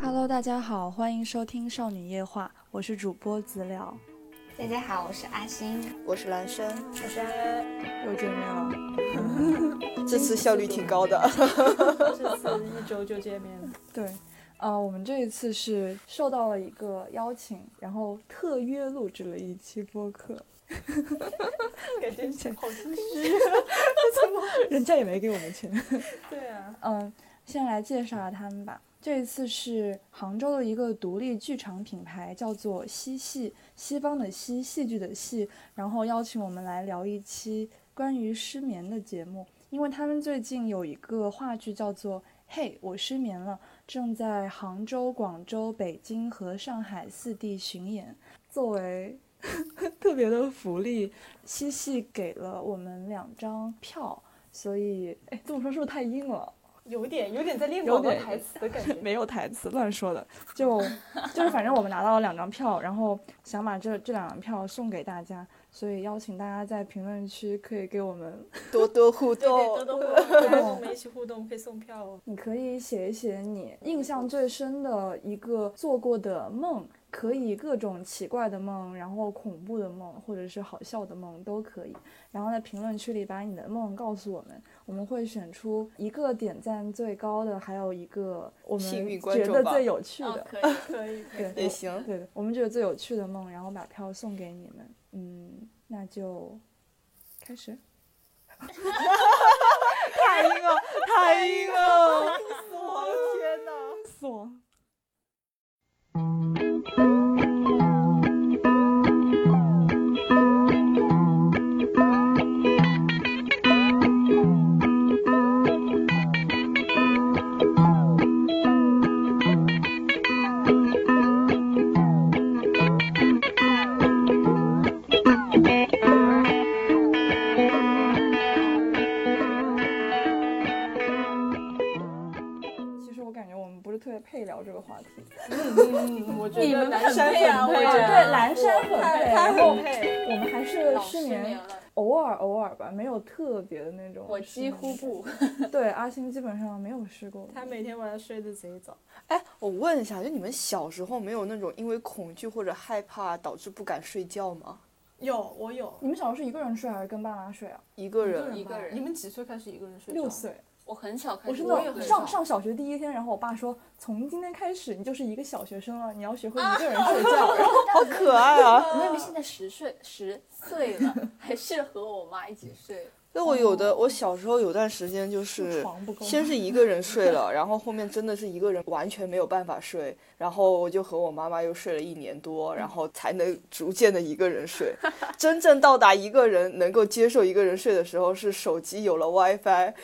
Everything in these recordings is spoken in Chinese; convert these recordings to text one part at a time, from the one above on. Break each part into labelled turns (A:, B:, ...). A: Hello，大家好，欢迎收听《少女夜话》，我是主播子了。
B: 大家好，我是阿星，
C: 我是蓝生，
D: 我是安
A: 又见面了，
C: 这次效率挺高的。
D: 安， 这次一周就见面了。
A: 对，呃，我们这一次是受到了一个邀请，然后特约录制了一期播客，
D: 感觉好心虚。
A: 人家也没给我们钱。
D: 对啊，
A: 嗯，先来介绍下他们吧。这一次是杭州的一个独立剧场品牌，叫做西戏，西方的西，戏剧的戏，然后邀请我们来聊一期关于失眠的节目，因为他们最近有一个话剧叫做《嘿，我失眠了》，正在杭州、广州、北京和上海四地巡演。作为 特别的福利，西戏给了我们两张票，所以，哎，这么说是不是太硬了？
D: 有点有点在练
A: 有
D: 广告
A: 点
D: 台词的感觉。
A: 没有台词，乱说的，就就是反正我们拿到了两张票，然后想把这这两张票送给大家，所以邀请大家在评论区可以给我们，
C: 多多互
D: 对对，多
C: 动，
D: 多互动，大家跟我们一起互动，可以送票哦。
A: 你可以写一写你印象最深的一个做过的梦，可以各种奇怪的梦，然后恐怖的梦，或者是好笑的梦都可以，然后在评论区里把你的梦告诉我们，我们会选出一个点赞最高的，还有一个我们
C: 幸运观
A: 觉
C: 众
A: 得
C: 吧
A: 最有趣的
B: 哦，。可以，
D: 可以，可以。
A: 对，
C: 也行。
A: 对的，我们觉得最有趣的梦，然后把票送给你们。嗯，那就开始。
C: 太硬了， 太硬了，死我了！天哪！
A: 死我！其实我感觉我们不是特别配聊这个话题。
D: 嗯，我觉
B: 你
D: 得
B: 们
D: 男
B: 很
D: 生
B: 配啊
D: 很
B: 我
D: 配
B: 觉得
A: 对，蓝山很配，然
C: 哎
A: 后
D: 配。
A: 我们还是
B: 老
A: 失
B: 哦失
A: 眠
B: 眠，了，
A: 偶尔偶尔吧，没有特别的那种失眠。
B: 我几乎不，
A: 对阿星基本上没有试过。
D: 他每天晚上睡得贼早，
C: 哎，我问一下，就你们小时候没有那种因为恐惧或者害怕导致不敢睡觉吗？
D: 有我有。
A: 你们小时候是一个人睡还是跟爸妈睡啊？
C: 一个
D: 一个人
C: 人
D: 吧
B: 一个人
D: 你们几岁开始一个人睡？
A: 六。岁，
B: 我很少看，
A: 我是
B: 我
A: 那
B: 也
A: 种
B: 很
A: 上
B: 少。
A: 上小学第一天，然后我爸说，从今天开始你就是一个小学生了，你要 学会一个人睡觉。然后
C: 好可爱 啊！
B: 我妹妹现在十岁，十岁 了，还是和我妈一起睡。
C: 那我有的，我小时候有段时间就是
A: 床不够
C: 先是一个人睡了，然后后面真的是一个人完全没有办法睡，然后我就和我妈妈又睡了一年多，然后才能逐渐的一个人 睡。真正到达一个人能够接受一个人睡的时候，是手机有了 WiFi，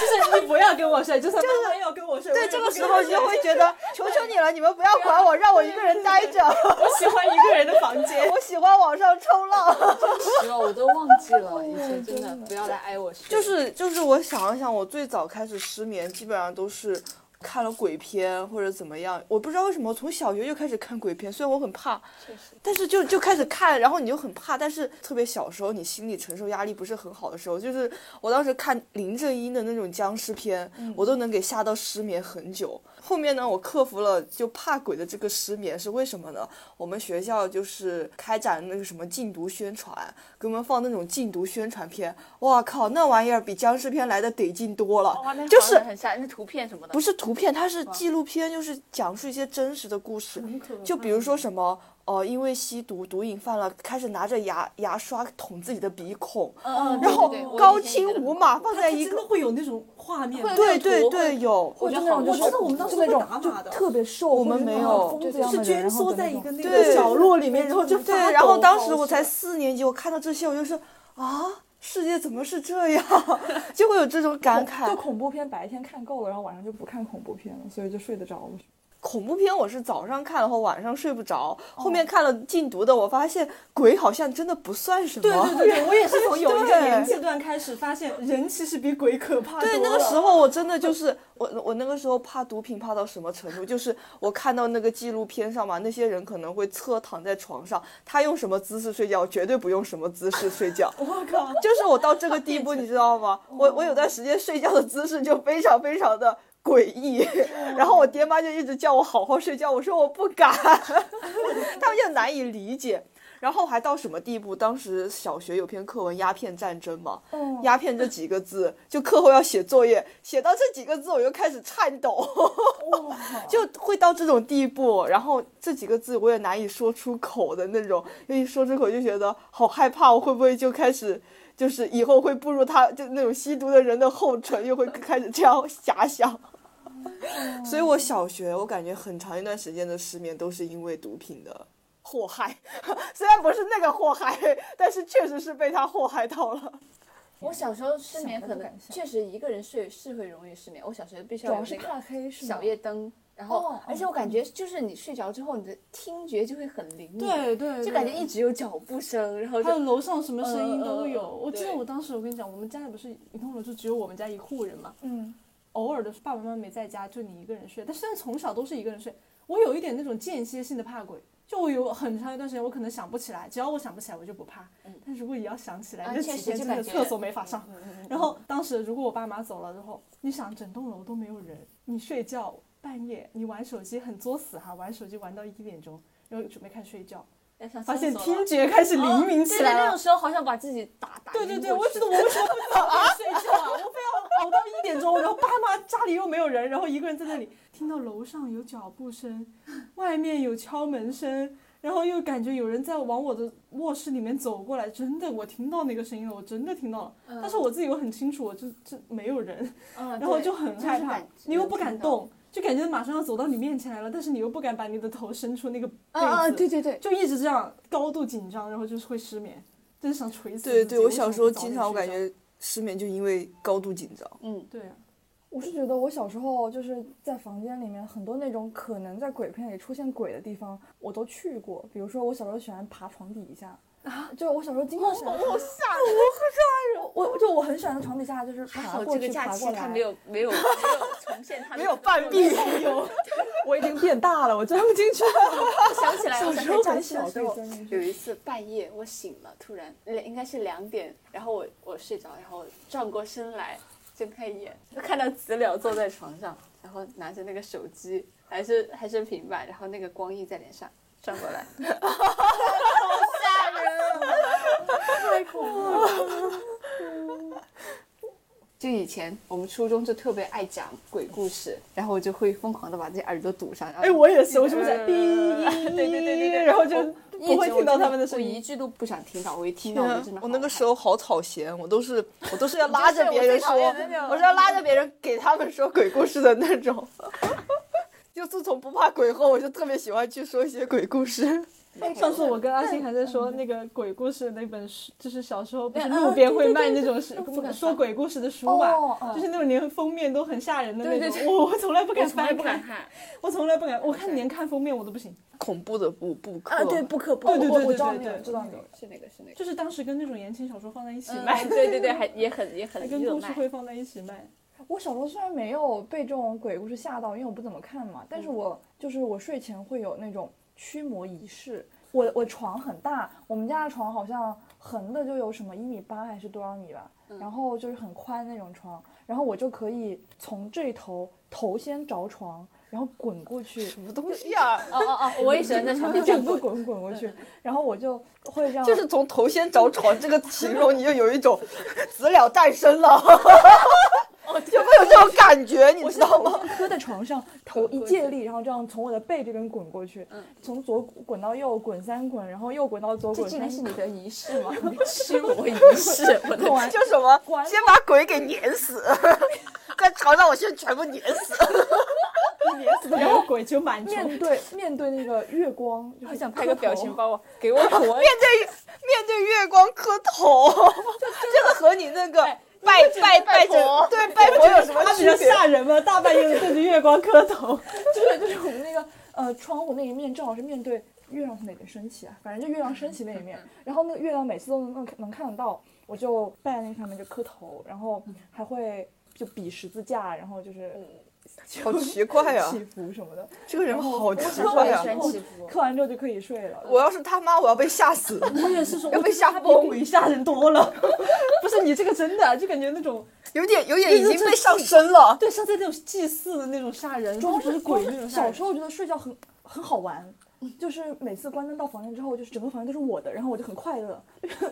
D: 就是你不要跟我睡，就算妈妈要跟我睡，
C: 对
D: 我也
C: 这
D: 不
C: 个
D: 跟
C: 时
D: 你
C: 候
D: 睡
C: 就会觉得求求你了，你们不要管 我，让我一个人待着，
D: 我喜欢一个人的房间。
C: 我喜欢网上冲浪。
B: 是哦，我都忘记
E: 哎
B: 了，以前真的不要来挨我睡。
C: 就是就是，我想了想，我最早开始失眠，基本上都是看了鬼片或者怎么样。我不知道为什么从小学就开始看鬼片，虽然我很怕，
B: 确实，
C: 但是就就开始看，然后你就很怕。但是特别小时候，你心理承受压力不是很好的时候，就是我当时看林正英的那种僵尸片，
B: 嗯
C: 我都能给吓到失眠很久。后面呢，我克服了就怕鬼的这个失眠，是为什么呢？我们学校就是开展那个什么禁毒宣传，给我们放那种禁毒宣传片。哇靠，那玩意儿比僵尸片来的得劲多了，
B: 哇，那
C: 就是
B: 很吓人，那图片什么的，
C: 不是图片，它是纪录片，就是讲述一些真实的故事。就比如说什么，呃，因为吸毒毒瘾犯了，开始拿着牙牙刷捅自己的鼻孔，
B: 嗯嗯，对
C: 然后
B: 对对我以前
C: 高
B: 也觉
C: 清
B: 得
C: 无
B: 很
C: 码
B: 恐怖
C: 放在一
D: 真的
C: 个，
D: 会有那种画面，
B: 会
C: 对
B: 那
C: 对
B: 种
C: 对，
B: 图
C: 有。
A: 或
B: 觉
A: 者
B: 得
A: 那
B: 好
A: 种就
B: 我
A: 是
B: 知道我们
A: 就
D: 当时
A: 那
D: 会
A: 种
D: 打
A: 就
D: 码的
A: 特别瘦，
C: 我们没有
A: 就
D: 就是蜷缩在一个那个
C: 对
D: 角落里面，然后就
C: 对
D: 发，
C: 然后
D: 抖
C: 当时我
D: 好
C: 才四年级，我看到这些，我就是啊，世界怎么是这样？ 就会有这种感
A: 就
C: 慨。
A: 恐怖片白天看够了，然后晚上就不看恐怖片了，所以就睡得着了。
C: 恐怖片我是早上看，然后晚上睡不着，后面看了禁毒的，我发现鬼好像真的不算什么。
D: 对对对，我也是从有一个
C: 对
D: 年纪段开始发现，人其实比鬼可怕多了。。
C: 对，那个时候我真的就是我，我那个时候怕毒品怕到什么程度？就是我看到那个纪录片上嘛，那些人可能会侧躺在床上，他用什么姿势睡觉，我绝对不用什么姿势睡觉
D: 我靠，
C: 就是我到这个地步，你知道吗？我我有段时间睡觉的姿势就非常非常的诡异。然后我爹妈就一直叫我好好睡觉，我说我不敢，他们就难以理解。然后还到什么地步？当时小学有篇课文《鸦片战争》嘛，
A: 嗯
C: 鸦片这几个字，就课后要写作业，写到这几个字我就开始颤抖， 就会到这种地步。然后这几个字我也难以说出口的那种，因为一说出口就觉得好害怕，我会不会就开始。就是以后会步入他就那种吸毒的人的后尘， 又会开始这样遐想。哦所以我小学我感觉很长一段时间的失眠都是因为毒品的祸害， 虽然不是那个祸害，但是确实是被他祸害到了。
E: 我小时候失眠
A: 想都
E: 可
A: 不敢
E: 能
A: 想
E: 确实一个人睡是会容易失眠，我小学必须
A: 主
E: 要
A: 要
E: 有
A: 是
E: 那
A: 怕
E: 个
A: 黑是吗？
E: 小夜灯，然后
A: 哦
E: 而且我感
B: 嗯
E: 觉就是你睡着之后，你的听觉就会很灵敏，
D: 对对，
E: 就感觉
D: 对
E: 一直有脚步声，然后
D: 还有
E: 就
D: 楼上什么声音
E: 嗯嗯
D: 都
E: 嗯
D: 有。
E: 嗯
D: 我记得
E: 对
D: 我当时我跟你讲，我们家里不是一栋楼就只有我们家一户人嘛，
A: 嗯，
D: 偶尔的爸爸妈妈没在家，就你一个人睡。但虽然从小都是一个人睡，我有一点那种间歇性的怕鬼。就我有很长一段时间，我可能想不起来，只要我想不起来，我就不怕。但如果也要想起来，
E: 嗯啊
D: 这
E: 确
D: 几
E: 实
D: 天
E: 就
D: 真的
E: 感觉嗯
D: 厕所没法上。然后当时如果我爸妈走了之后，你想整栋楼都没有人，你睡觉半夜你玩手机很作死哈，玩手机玩到一点钟，然后准备开始睡觉，
E: 要上
D: 发现
E: 厕所了
D: 听觉开始灵敏起来
E: 哦对对，那
D: 了
E: 种。时候好想把自己打打
D: 对对
E: 晕
D: 对，
E: 过
D: 我
E: 去
D: 觉得我为什么不早点睡觉啊？我非要熬到一点钟，然后爸妈家里又没有人，然后一个人在那里，听到楼上有脚步声，外面有敲门声，然后又感觉有人在往我的卧室里面走过来，真的，我听到那个声音了，我真的听到了，但是我自己又很清楚，我这这没有人，
E: 嗯，
D: 然后
E: 对
D: 就很
E: 是
D: 害怕
E: 感，
D: 你又不
E: 能
D: 敢
E: 听到
D: 动，就感觉马上要走到你面前来了，但是你又不敢把你的头伸出那个被
E: 啊啊，
D: 子，
E: 对对对，
D: 就一直这样高度紧张，然后就是会失眠，真是想锤死自己。
C: 对对，我小时候
D: 为什么不
C: 经
D: 早
C: 常我
D: 点
C: 感
D: 睡觉
C: 觉失眠就因为高度紧张。
E: 嗯，
D: 对啊，
A: 我是觉得我小时候就是在房间里面很多那种可能在鬼片里出现鬼的地方，我都去过。比如说我小时候喜欢爬床底下，啊，就我小时候经常喜欢，
C: 我吓
A: 我我就我很喜欢在床底下就是爬
E: 好，
A: 过
E: 这个
A: 去
E: 假
A: 爬
E: 期
A: 过
E: 他
A: 来
E: 没。有没有没有重现 他
C: 没有半壁一游，
A: 我已经变大了，我钻不进去。
E: 我想 起来，我想起来假期的时候
A: 小时候很小可以钻进去
E: 有一次半夜我醒了，突然应该是两点，然后我我睡着，然后转过身来睁开眼，就看到子了坐在床上，然后拿着那个手机还是还是平板，然后那个光映在脸上转过 来，好吓人啊！太恐怖了。啊 就以前我们初中就特别爱讲鬼故事，然后我就会疯狂的把自己耳朵堵上。哎
D: 哎，我也是，我是不是
E: 对
D: 在
E: 对
D: 哔，
C: 嗯
E: 对对对对，
D: 然后就
E: 一
D: 不会
E: 直
D: 听到
E: 我真
D: 他们的声
E: 我一
D: 音。
E: 句都不想听到，我一听到我就真的
C: 啊我那个时
E: 候
C: 候好讨嫌，我都是我都是要拉着别人说，
E: 我最讨厌的那种
C: 我是要拉着别人给他们说鬼故事的那种。 就自从不怕鬼后，我就特别喜欢去说一些鬼故事。
E: 哎
D: 上次我跟阿星还
E: 嗯
D: 在说那个鬼故事那本书，就是小时候
E: 哎
D: 不是
E: 啊
D: 路边会卖那种是说鬼故事的书
A: 哦
D: 吧
A: 哦，
D: 就是那种连封面都很吓人的那
E: 对对
D: 种。我我从来不
E: 我
D: 敢
E: 从来
D: 翻
E: 不敢
D: 开，
E: 看。
D: 我从来不敢，我看连看封面我都不行。
C: 恐怖的不不课，
A: 啊，对，不可不，
D: 对对
A: 我
D: 对
A: 我
D: 对
A: 知道
D: 对
A: 那个，
D: 对
A: 知道那个。
E: 是那个，是那个。
D: 就是当时跟那种言情小说放在一起
E: 嗯
D: 卖，
E: 对对对，还也很也
D: 还
E: 很
D: 跟
E: 热
D: 故事
E: 卖。
D: 会放在一起 卖。
A: 我小时候虽然没有被这种鬼故事吓到，因为我不怎么看嘛，但是
E: 嗯
A: 我就是我睡前会有那种驱魔仪式。我我床很大，我们家的床好像横的就有什么一米八还是多少米吧，
E: 嗯
A: 然后就是很宽那种床，然后我就可以从这头头先着床，然后滚过去，
C: 什么东西啊？
E: 哦哦哦，我也喜欢在床
A: 就
E: 边
A: 整
E: 讲
A: 个
E: 故事。
A: 滚滚过去，然后我就会这样，
C: 就是从头先着床这个形容，你就有一 种子了诞生了，
E: 哦
C: 有没有这种感觉？你知道吗？
A: 磕在床 上，头一借力，然后这样从我的背这边滚过去，从左滚到右，滚三滚，然后又滚到左
E: 嗯这
A: 滚
E: 竟
A: 三
E: 然是
A: 滚。
E: 你的仪式吗？驱魔仪式，我的
A: 滚完
E: 天！
C: 就什么
A: 管，
C: 先把鬼给碾死， 在床上我先全部碾死。
D: 然后鬼就满床，
A: 面对面对那个月光，就
E: 我
A: 是
E: 想拍个
A: 磕
E: 表
A: 头
E: 情包啊，给我我
C: 面对面对月光磕头，这个和你那个拜拜拜着对拜佛有什么
D: 他比
C: 区
D: 较
C: 别？
D: 吓人嘛，大半夜的对着月光磕头。
A: 对，就是我们那个呃窗户那一面正好是面对月亮从哪边升起啊，反正就月亮升起那一
C: 嗯
A: 面， 然后那个
C: 嗯
A: 月亮每次都能能看得到，我就拜那上面就磕头，然后还会就比十字架，然后就是
C: 好奇怪呀、
A: 祈福什么的。
C: 这个人好奇
B: 我
C: 怪啊
B: 也
C: 呀、
B: 喜欢祈福，
A: 磕完之后就可以睡了。
C: 我要是他妈，我要被吓死。
D: 我也是说，
C: 要
D: 我
C: 被
D: 觉得
C: 吓
D: 他比
C: 疯
D: 鬼吓人多了。 不是你这个真的，就感觉那种
C: 有点有点已经被上身了。
D: 对像在那种祭祀的那种吓人，
A: 主要
D: 不是
A: 是
D: 鬼那
A: 光
D: 种吓
A: 小
D: 人
A: 时。候觉得睡觉很很好玩，就是每次关灯到房间之后，就是整个房间都是我的，然后我就很快乐。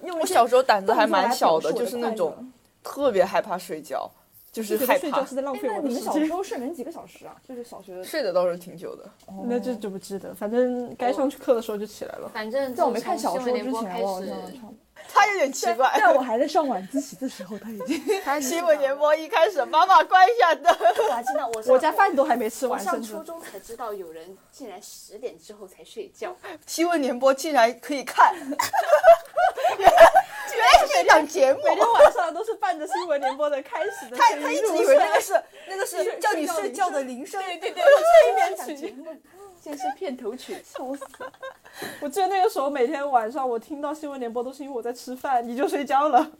A: 因为
C: 我小时候胆子还蛮小
A: 的，
C: 就是那种特别害怕睡觉，就是
D: 就觉
C: 害
D: 得睡觉
C: 怕
D: 是在浪
A: 哎。
D: 费
A: 那
D: 我的
A: 你们
D: 时
A: 小
D: 间
A: 时。候睡眠几个小时啊？就是小学，
C: 睡的倒是挺久的。
D: 那这就不值得，反正该上课的时候就起来了。
B: 反正
A: 在我没看小说
B: 从新闻联
A: 之
B: 播
A: 前，啊
B: 开
A: 我好
B: 始，
A: 像差不多。
C: 他有点奇怪。
A: 在我还在上晚自习的时候，他已 经
B: 开始
C: 新闻联播一开始，妈妈关一下灯。
B: 我还记得我上
D: 我家饭都还没吃
B: 我
D: 完，
B: 上
D: 甚至
B: 初中才知道有人竟然十点之后才睡觉，
C: 新闻联播竟然可以看， 哎原来是一档节目。
D: 每天晚上都是伴着新闻联播的开始的
C: 他
D: 声
C: 他
D: 音
C: 一
D: 入
C: 直以为
D: 睡
C: 那个 是那个是叫你睡觉的铃声。对对对，
B: 这节目竟然是片头曲，
A: 笑死了。
D: 我记得那个时候每天晚上我听到新闻联播都是因为我在吃饭，你就睡觉 了。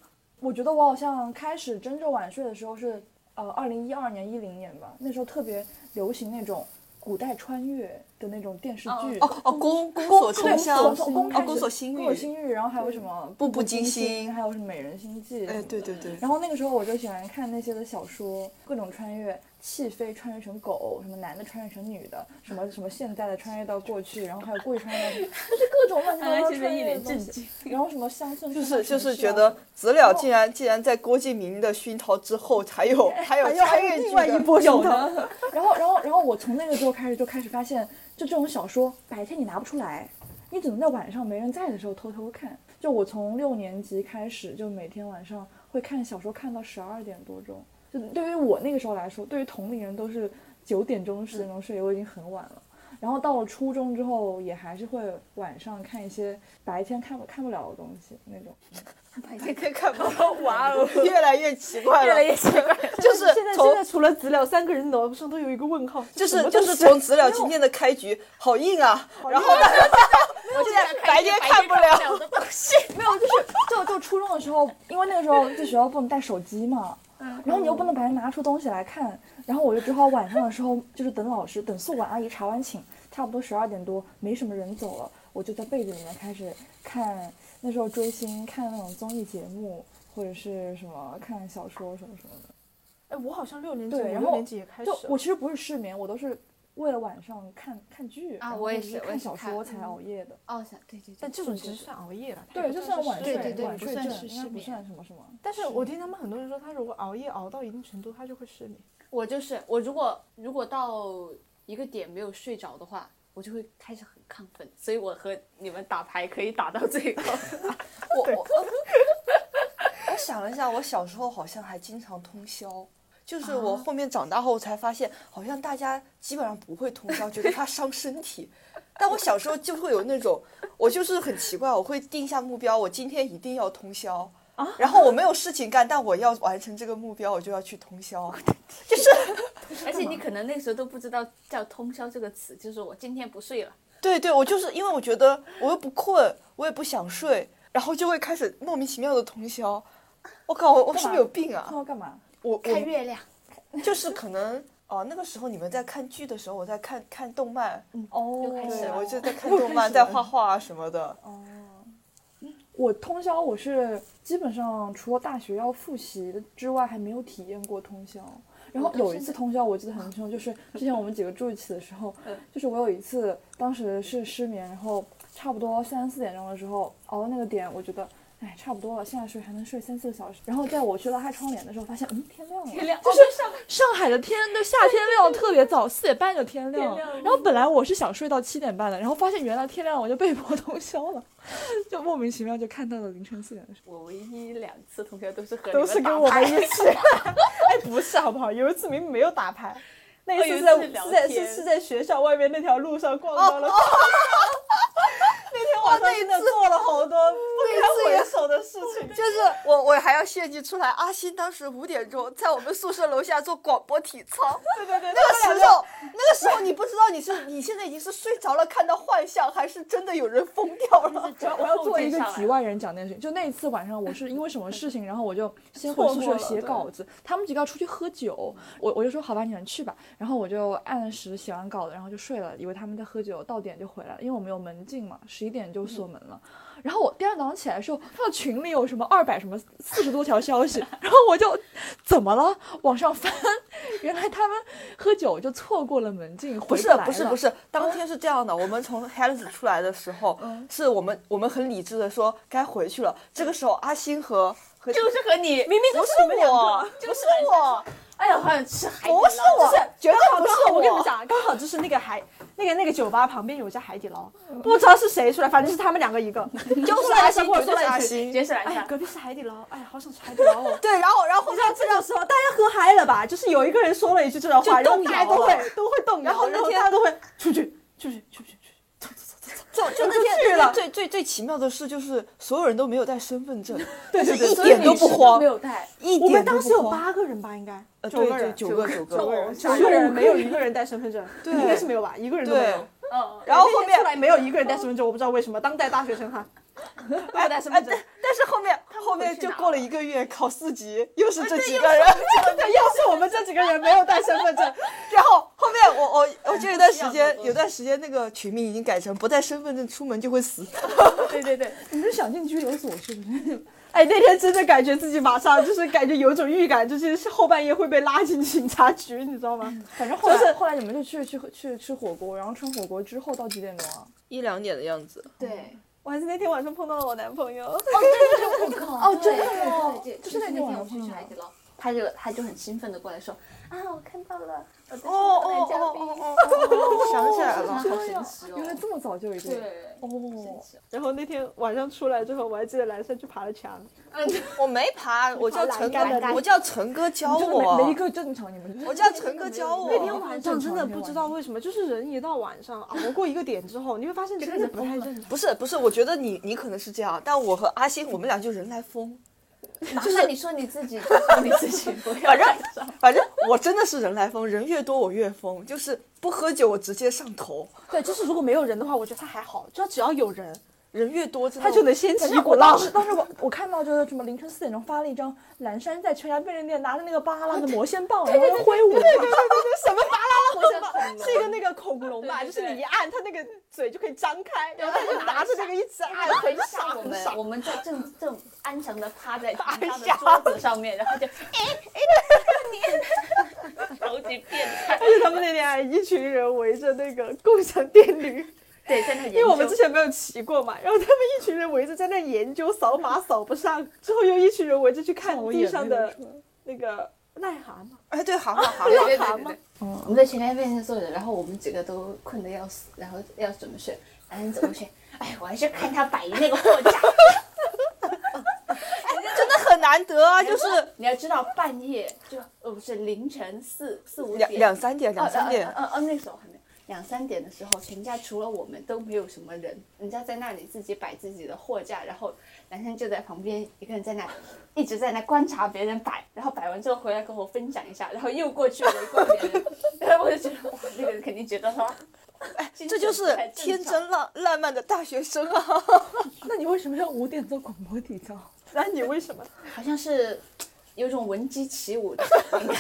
A: 我觉得我好像开始真正晚睡的时候是，呃，二零一二年、一零年吧，那时候特别流行那种古代穿越的那种电视剧。
B: 哦
C: 哦，宫宫锁
A: 对，啊
C: 重
A: 宫
C: 香，
A: 锁宫
C: 哦，宫锁心
A: 宫锁
C: 玉。
A: 心玉，然后还有什么
C: 步
A: 步
C: 步惊
A: 惊
C: 心
A: 还有什么美人心计，
C: 哎，对。对对，
A: 然后那个时候我就喜欢看那些的小说，各种穿越，弃妃穿越成狗，什么男的穿越成女的，什么什么现在的穿越到过去，然后还有过去穿越到，就是各种乱七八糟
B: 安现在
A: 穿
B: 一
A: 越的
B: 脸
A: 东
B: 震
A: 西。
B: 惊。
A: 然后什么乡村
C: 就
A: 穿
C: 是
A: 到
C: 就
A: 城
C: 是
A: 市
C: 觉
A: 啊
C: 得子了竟然竟然在郭敬明的熏陶之后，还有哎还有穿越剧
D: 另外一
C: 的。
D: 波有的，
A: 然后，然后，然后我从那个时候开始就开始发现，就这种小说白天你拿不出来，你只能在晚上没人在的时候偷偷看。就我从六年级开始，就每天晚上会看小说，看到十二点多钟。就对于我那个时候来说，对于同龄人都是九点钟、十点钟睡，我已经很晚了。然后到了初中之后，也还是会晚上看一些白天看不看不了的东西那种。
C: 你可以 看不到， 哇哦，越来越奇怪了，越来越奇怪， 就是
D: 现在现
C: 从
D: 在除了资料，三个人脑上都有一个问号，
C: 就
D: 什
C: 是
D: 么
C: 就
D: 东
C: 是
D: 西
C: 从资料今天的开局好硬啊，然后呢，
B: 我现在
C: 白天看不了
B: 的东西，
A: 没有，就是就就初中的时候，因为那个时候在学校不能带手机嘛，
B: 嗯
A: 然后你又不能把它拿出东西来看，然后我就只好晚上的时候，就是等老师等宿管阿姨查完寝，差不多十二点多，没什么人走了，我就在被子里面开始看，那时候追星看那种综艺节目或者是什么看小说什么什么的。
D: 哎，我好像六年级，
A: 对
D: 我
A: 然
D: 六
A: 后
D: 年级也开始
A: 就
D: 了，
A: 我其实不是失眠，我都是为了晚上看看剧
B: 啊
A: 然后
B: 我也
A: 就是
B: 是我也
A: 看
B: 是
A: 小
B: 看
A: 说才熬夜的。
B: 哦，想对对对，
D: 但这种其实
B: 是
D: 算熬夜了，它也
A: 对，
D: 不
A: 就算晚
B: 对
A: 睡，
B: 对对
A: 晚
B: 不
A: 睡
B: 算
A: 症
B: 是
A: 应该
B: 失
A: 不
B: 眠
A: 算什么什么。
D: 但是我听他们很多人说，他如果熬夜熬到一定程度，他就会失眠。
B: 我就是我，如果如果到一个点没有睡着的话，我就会开始很亢奋，所以我和你们打牌可以打到最后。
C: 我 我我哎想了一下，我小时候好像还经常通宵，就是我
A: 啊
C: 后面长大后才发现，好像大家基本上不会通宵，觉得它伤身体。但我小时候就会有那种，我就是很奇怪，我会定下目标，我今天一定要通宵。
A: 啊
C: 然后我没有事情干，但我要完成这个目标，我就要去通宵。
B: 而且你可能那时候都不知道叫通宵这个词，就是我今天不睡了。
C: 对对，我就是因为我觉得我又不困，我也不想睡，然后就会开始莫名其妙的通宵。我靠，我我是不是有病啊
A: 通？宵干嘛？
C: 我我
B: 看月亮，
C: 就是可能哦，那个时候你们在看剧的时候，我在看看动漫，
A: 哦，
B: 又开始
C: 嗯对啊
B: 了
C: 我就 在看动漫，在画画啊什么的。
A: 哦嗯我通宵，我是基本上除了大学要复习的之外，还没有体验过通宵。然后
B: 我到
A: 有一
B: 现
A: 次
B: 在
A: 通宵，我记得很清楚，就是之前我们几个住一起的时候
B: 嗯，
A: 就是我有一次当时是失眠，然后差不多三四点钟的时候熬到那个点，我觉得。哎，差不多了，现在睡还能睡三四个小时。然后在我去拉开窗帘的时候，发现嗯，天亮了。
B: 月亮
A: 就
B: 就是
A: 上海的天都夏天亮特别早，四点半就天亮。
B: 天亮了
A: 然后本来我是想睡到七点半的，然后发现原来天亮我就被迫通宵了，就莫名其妙就看到了凌晨四点的时
B: 我唯一两次通宵都是和
D: 都是
B: 你
D: 跟
B: 们
D: 我
B: 打
D: 们
B: 牌，
D: 一起。哎，不是好不好？有一次明明没有打牌，那一次是在
B: 哦有一次聊
D: 是在
B: 天
D: 哦 是是在学校外面那条路上逛到了。那天晚上真的做了好多不啊
C: 那一
D: 堪
C: 次
D: 回首的事情。
C: 就是我，我还要献祭出来。阿星当时五点钟在我们宿舍楼下做广播体 操，
D: 对对对，
C: 那
D: 他
C: 个
D: 们
C: 时
D: 俩
C: 候，那个时候你不知道你是你现在已经是睡着了看到幻象，还是真的有人疯掉了。
E: 我
A: 我要做一个局外人讲那件事情。就那一次晚上，我是因为什么事情，然后我就先回宿舍 写稿子，他们几个要出去喝酒，我我就说好吧，你们去吧。然后我就按时写完稿子，然后就睡了，以为他们在喝酒，到点就回来了，因为我们有门禁嘛，十一点就锁门了。
C: 嗯
A: 然后我第二天早上起来的时候，看到群里有什么二百什么四十多条消息，然后我就怎么了？往上翻，原来他们喝酒就错过了门禁，
C: 不
A: 回
C: 是
A: 来
C: 不是
A: 了
C: 不，是，当天是这样的，我们从 Helens 出来的时候，是我们我们很理智的说该回去了。这个时候阿星和和
E: 就是和你
D: 明明
C: 不
D: 就是是你们两
C: 我
D: 个。，
C: 不是我，
E: 哎呀，好想吃海底捞，
C: 不是哎我，绝
D: 刚好
C: 对不
D: 刚
C: 是
D: 好，我跟你们讲，刚好就是那个海，那个那个酒吧旁边有一家海底捞，不知道是谁出来，反正是他们两个一个，
C: 就是阿
D: 阿星
C: 星，绝对
D: 说
C: 是
D: 了
C: 阿
D: 一句，
E: 直
C: 星。
E: 接是蓝
D: 哎呀，
E: 翔。
D: 隔壁是海底捞，哎呀，好想吃海底捞哦。
C: 对，然后然后
D: 你知道这种时候大家喝嗨了吧？就是有一个人说了一句这种话，
C: 就
D: 然
C: 动
D: 后
C: 摇
D: 大
C: 了
D: 家都会都会动摇，
C: 然
D: 然
C: 后
D: 后
C: 那天
D: 大家都会出去出去出去出去。
C: 就就
D: 就
C: 那天
D: 去
C: 那天
D: 了
C: 最最最奇妙的是，就是所有人都没有带身份 证，
D: 对
C: 但
D: 对
C: 是
D: 对，
C: 一
D: 所以
C: 点都不慌
E: 没，有带，
C: 一
D: 我们
C: 点都
D: 当时
C: 不
D: 有
C: 慌。
D: 八个人吧，应该
C: 呃，
D: 九
C: 对
D: 个
C: 对，
D: 人，
C: 九个九
D: 九
C: 个。
D: 人，
E: 九个人
D: 九个人没有一个人带身份证，
C: 对
D: 应该是没有吧，一个人都没有
C: 对。，
E: 嗯，
C: 然后后
D: 那
C: 面
D: 天出来没有一个人带身份证，我不知道为什么，当代大学 生哈，都没有带身份证。
C: 但是后面后面
E: 回去
C: 就
E: 拿
C: 过了一个月，考四级，又是这几个人。
D: 对，又是我们这几个人没有带身份证，
C: 然后后面我我我就有段时
E: 这样
C: 间
E: 的东西
C: 有段时间那个群名已经改成不带身份证出门就会死。
E: 对对对，
A: 你是想进拘留所是不是？
D: 哎，那天真的感觉自己马上就是感觉有种预感，就是后半夜会被拉进警察局，你知道吗？
A: 反正后来、
D: 就是
A: 后来你们就去去去吃火锅，然后吃火锅之后到几点钟啊？
C: 一两点的样子，
E: 对，
D: 我还是那天晚上碰到了我男朋友，
E: 哦，真的吗？对，
A: 就是那天晚上
E: 去
A: 吗
E: 海底捞，他就他就很兴奋的过来说啊，我看到了，我
C: 哦
E: 在上
C: 哦
E: 面
C: 哦
E: 嘉宾，
C: 哦哦，想起来了，
E: 好神奇
A: 原来
E: 哦，
A: 这么早就已经
E: 对，
A: 哦，
D: 然后那天晚上出来之后，我还记得蓝山去爬了墙，
C: 我没爬，我叫陈
D: 栏杆的
C: 我叫陈哥教
A: 就没没一
C: 我，
A: 个正常，你们就是
C: 我叫陈哥教 我。
D: 那天晚上真的不知道为什么，就是人一到晚上熬过一个点之后，你会发现真的不太 正常。
C: 不是不是，我觉得你你可能是这样，但我和阿星我们俩就人来疯，
E: 麻烦你说你自己，就说你自己，不要
C: 正
E: 带上。
C: 反正我真的是人来疯，人越多我越疯，就是不喝酒我直接上头，
D: 对，就是如果没有人的话，我觉得他还好，就只要有人，
C: 人越多真的
D: 他就能掀起
A: 反
D: 一
A: 正
D: 股
A: 我
D: 浪
A: 当。时当时我我看到就是什么凌晨四点钟发了一张蓝山在全家便利店拿着那个巴啦啦的魔仙棒，然后在挥舞，
D: 什么巴啦啦
E: 我想
D: 吧，是一个那个恐龙吧，
E: 对
D: 就
E: 对
D: 是
E: 对
D: 你一按，它那个嘴就可以张开，然后他 就拿着那个一直 按，很傻
E: 我
D: 很
E: 们
D: 傻。
E: 我们在正正安详的趴在他
C: 安
E: 的
C: 详
E: 桌子上面，然后就 哎哎，你超级变态
D: 而， 且他们那天还一群人围着那个共享电驴，
E: 对，在那研究，
D: 因为我们之前没有骑过嘛，然后他们一群人围着在那研究扫码扫不上，之后又一群人围着去看地上的那个癞蛤蟆。
C: 哎对，好好 好
E: 对
C: 好，
E: 对对
D: 好
E: 对
D: 吗
E: 对，我们在全家便利店坐着，然后我们几个都困得要死，然后要准备睡，然后走过去，哎，我还是看他摆那个货架。
C: 真的很难得啊，就是
E: 哎你要知道，半夜就呃不是凌晨四四五
C: 两
E: 点，
C: 两三点，
E: 哦
C: 两三点
E: 嗯，嗯嗯，那时候还没有。两三点的时候，全家除了我们都没有什么人，人家在那里自己摆自己的货架，然后男生就在旁边一个人在那里一直在那观察别人摆，然后摆完之后回来跟我分享一下，然后又过去围观别 人，然后我就觉得哇，那个人肯定觉得他，哎，
C: 这就是天真浪浪漫的大学生啊。
A: 那你为什么要五点做广播体操？
D: 那你为什么？
E: 好像是有种闻鸡起舞 的灵感。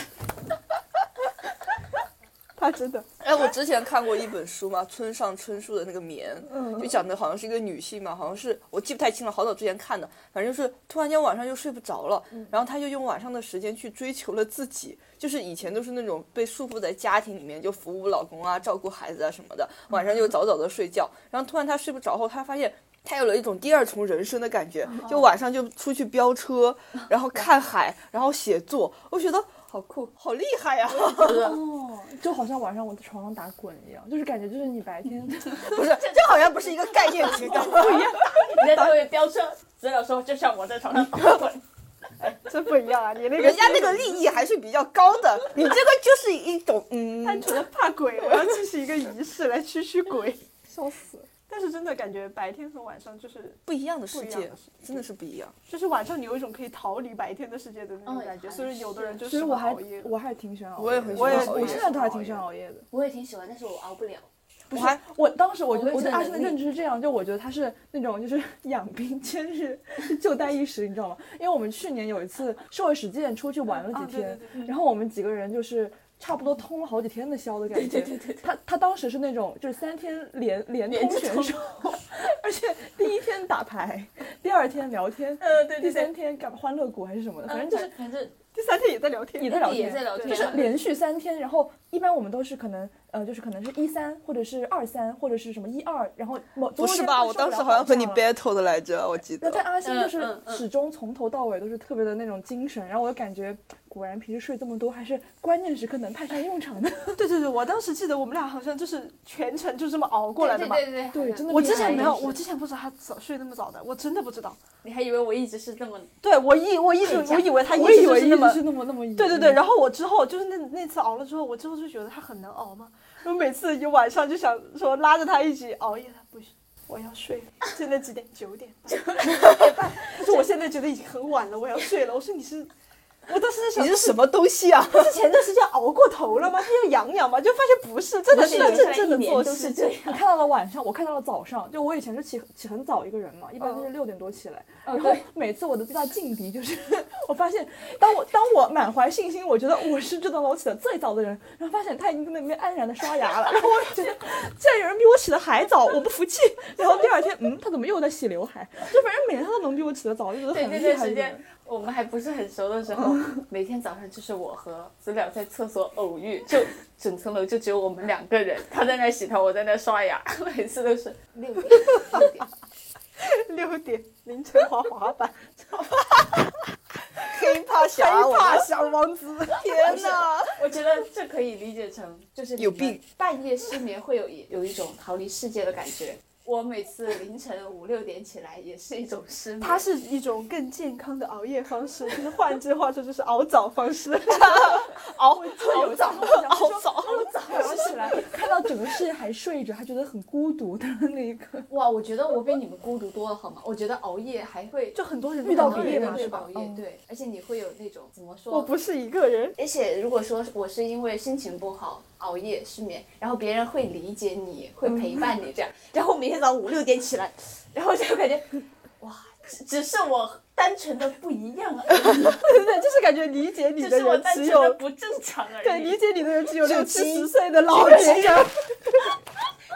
D: 他真的
C: 哎，我之前看过一本书嘛，村上春树的那个《眠》，
E: 嗯
C: 就讲的好像是一个女性嘛，好像是我记不太清了，好早之前看的，反正就是突然间晚上就睡不着了，
E: 嗯
C: 然后她就用晚上的时间去追求了自己，就是以前都是那种被束缚在家庭里面，就服务老公啊、照顾孩子啊什么的，
E: 嗯
C: 晚上就早早的睡觉，然后突然她睡不着后，她发现。她有了一种第二重人生的感觉，
E: 哦
C: 就晚上就出去飙车，然后看海，然后写作，我觉得
E: 好酷，
C: 好厉害啊 呀、
A: 哦，就好像晚上我在床上打滚一样，就是感觉就是你白天
C: 不是，这好像不是一个概念级的。
E: 你在特别飙车，资料说就像我 在床上打滚，
D: 真不一样啊！你那个
C: 人家那个利益还是比较高的，你这个就是一种 嗯，
D: 单纯的怕鬼，我要进行一个仪式来驱驱鬼。
A: 笑死。
D: 但是真的感觉白天和晚上就是
C: 不一样的
D: 不
C: 世
D: 一样
C: 界
D: 的世，
C: 真的是不一样。
D: 就是晚上你有一种可以逃离白天的世界的那种
E: 嗯
D: 感觉，
E: 还
D: 所以有的人就
A: 其实
D: 适
A: 我
D: 合
A: 还
D: 熬夜。
A: 我还是挺喜欢熬夜的，
C: 我也很喜
A: 我
C: 欢
A: 也
C: 熬夜
A: 我现在都还挺喜欢熬夜的。
E: 我也挺喜欢，但是我熬不了。
C: 我还
A: 我当时我觉得，
E: 我
A: 我对
E: 我
A: 阿
E: 真
A: 生
E: 的
A: 的
E: 能
A: 认知是这样，就我觉得他是那种就是 养兵千日，就待一时，你知道吗？因为我们去年有一次社会实践出去玩了
D: 啊
A: 几
D: 对
A: 天
D: 对，对，
A: 然后我们几个人就是差不多通了好几天的宵的感觉。对对对他他当时是那种就是三天连连通选手， 而且第一天打牌，第二天聊天，
D: 呃对
A: 第
D: 对
A: 三
D: 对，
A: 天干欢乐谷还是什么的，反正就是
E: 反正
D: 第三天也在聊天，
A: 也在聊
E: 也
A: 天
E: 在。聊天，
A: 就是连续三天，然后一般我们都是可能，呃，就是可能是一三，或者是二三，或者是什么一二，然后某
C: 不是吧？我当时好像和你。battle 的来着，我记
A: 那
C: 得。
A: 但阿星就
E: 嗯
A: 是
E: 嗯嗯
A: 始终从头到尾都是特别的那种精神，然后我就感觉，果然平时睡这么多，还是关键时刻能派上用场的。
D: 对对对，我当时记得我们俩好像就是全程就这么熬过来的嘛。
E: 对对
A: 对真的
D: 我之前没有，
E: 你还
D: 我之前不知道他早睡那么早的，我真的不知道。
E: 你还以为我一直是这么
D: 对我一我一直我以为他一
A: 我以
D: 直就
A: 为
D: 是那么
A: 一直是那么那么
D: 对对
E: 嗯
D: 对，
A: 后
D: 然后我之后就是那那次熬了之后，我之后就觉得他很能熬嘛，我每次一晚上就想说拉着他一起熬夜，他不行，我要睡了。现在几点？九 点半。九点半。他说我现在觉得已经很晚了，我要睡了。我说你是，我当时在想
C: 你是什么东西啊？
D: 是前段时间熬过头了吗？是要养养吗？就发现不是，真的是
E: 我
D: 要
E: 是以为
D: 认真的
E: 一年
D: 做
E: 都
D: 事
E: 是这
A: 你看到了晚上，我看到了早上，就我以前是起起很早一个人嘛，一般就是六点多起来，然后每次我的最大劲敌就是， 我发现当我当我满怀信心，我觉得我是这栋楼起的最早的人，然后发现他已经在那边安然的刷牙了，然后我就觉得竟然有人比我起的还早，我不服气。然后第二天，嗯，他怎么又在洗刘海？就反正每天都能比我起得早，就觉得
E: 对
A: 很
E: 那
A: 厉
E: 段
A: 害
E: 时
A: 的人
E: 间。，我们还不是很熟的时候，每天早上就是我和子了在厕所偶遇，就整层楼就只有我们两个人，他在那儿洗头，我在那儿刷牙， 每次都是六点六点。
D: 六点凌晨滑滑 板，
C: 黑怕侠，我
D: 哎大小王子。
C: 天哪！
E: 我觉得这可以理解成就是你们
C: 有病，
E: 半夜失眠会有一有一种逃离世界的感觉。我每次凌晨五六点起来也是一种失眠。
D: 它是一种更健康的熬夜方式，就是换句话说，就是熬早方 式。
C: 熬
A: 有早，
C: 熬早，
A: 然后起 来看到整个世界还睡着，他觉得很孤独的那一刻。
E: 哇，我觉得我比你们孤独多了，好吗？我觉得熬夜还会
D: 就很多人
A: 遇到
D: 熬
A: 别
D: 夜
A: 人
D: 嘛，
A: 对
D: 是
E: 对
D: 吧
E: 熬？夜，对，而且你会有那种怎么说？
D: 我不是一个人，
E: 嗯而且如果说我是因为心情不好熬夜失眠，然后别人会理解你，会陪伴你这样，嗯然后每天早上五六点起来，然后就感觉，哇，只只是我单纯的不一样而 已，
D: 对对，就是感觉理解你
E: 只
D: 的
E: 是我
D: 人
E: 单
D: 只
E: 纯的
D: 有
E: 不正常而已。
D: 对理解你的人只有
C: 只有
D: 六嗯七
C: 鸡
D: 十岁的老年人。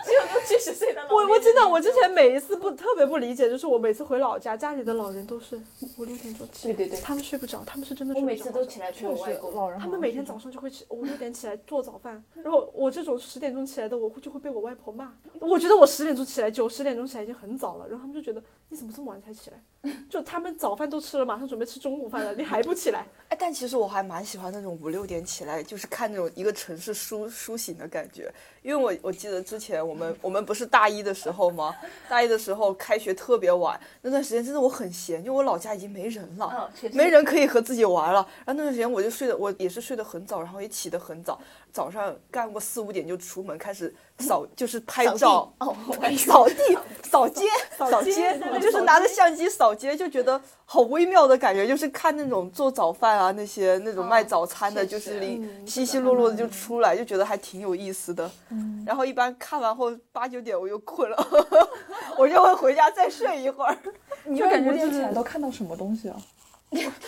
E: 只有六七十岁的老
D: 我
E: 年
D: 我
E: 人
D: 记得我之前每一次不特别不理解，就是我每次回老家，家里的老人都是五六点钟起，
E: 对对对，
D: 他们睡不着，他们是真的
E: 我
D: 睡不着。
E: 每次都起来陪我
A: 确
E: 外
A: 实，
E: 公。
A: 老人
D: 他
A: 好
D: 们
A: 像
D: 每
A: 是
D: 天
A: 这样
D: 早上就会起五六点起来做早饭，然后我这种十点钟起来的，我会就会被我外婆骂。我觉得我十点钟起来，九十点钟起来已经很早了，然后他们就觉得你怎么这么晚才起来？ 就他们早饭都吃了，马上准备吃中午饭了，你还不起 来？
C: 哎，但其实我还蛮喜欢那种五六点起来，就是看那种一个城市苏苏醒的感觉。因为我我记得之前我
E: 嗯
C: 们我们不是大一的时候吗？大一的时候开学特别晚，那段时间真的我很闲，因为我老家已经没人了。
E: 嗯，确实
C: 没。人可以和自己玩了。然后那段时间我就睡得，我也是睡得很早，然后也起得很早，早上干过四五点就出门开始扫，就是拍照，
E: 哦，
C: 扫地、扫街、
D: 扫
C: 扫
D: 街
C: 街
D: 在那，里
C: 就是
D: 扫
C: 拿着
D: 街
C: 相机扫街，就觉得好微妙的感觉，就是看那种做早饭啊，那些那种
E: 哦
C: 卖早餐的，
E: 确
C: 就是
E: 实
C: 里
D: 嗯嗯
C: 稀稀落落的就出来，就觉得还挺有意思的。然后一般看完后八九点我又困了， 我就会回家再睡一会儿。
A: 你
D: 就
A: 们
D: 感
A: 五
D: 觉
A: 点
D: 就
A: 起来
D: 是
A: 都看到什么东西啊？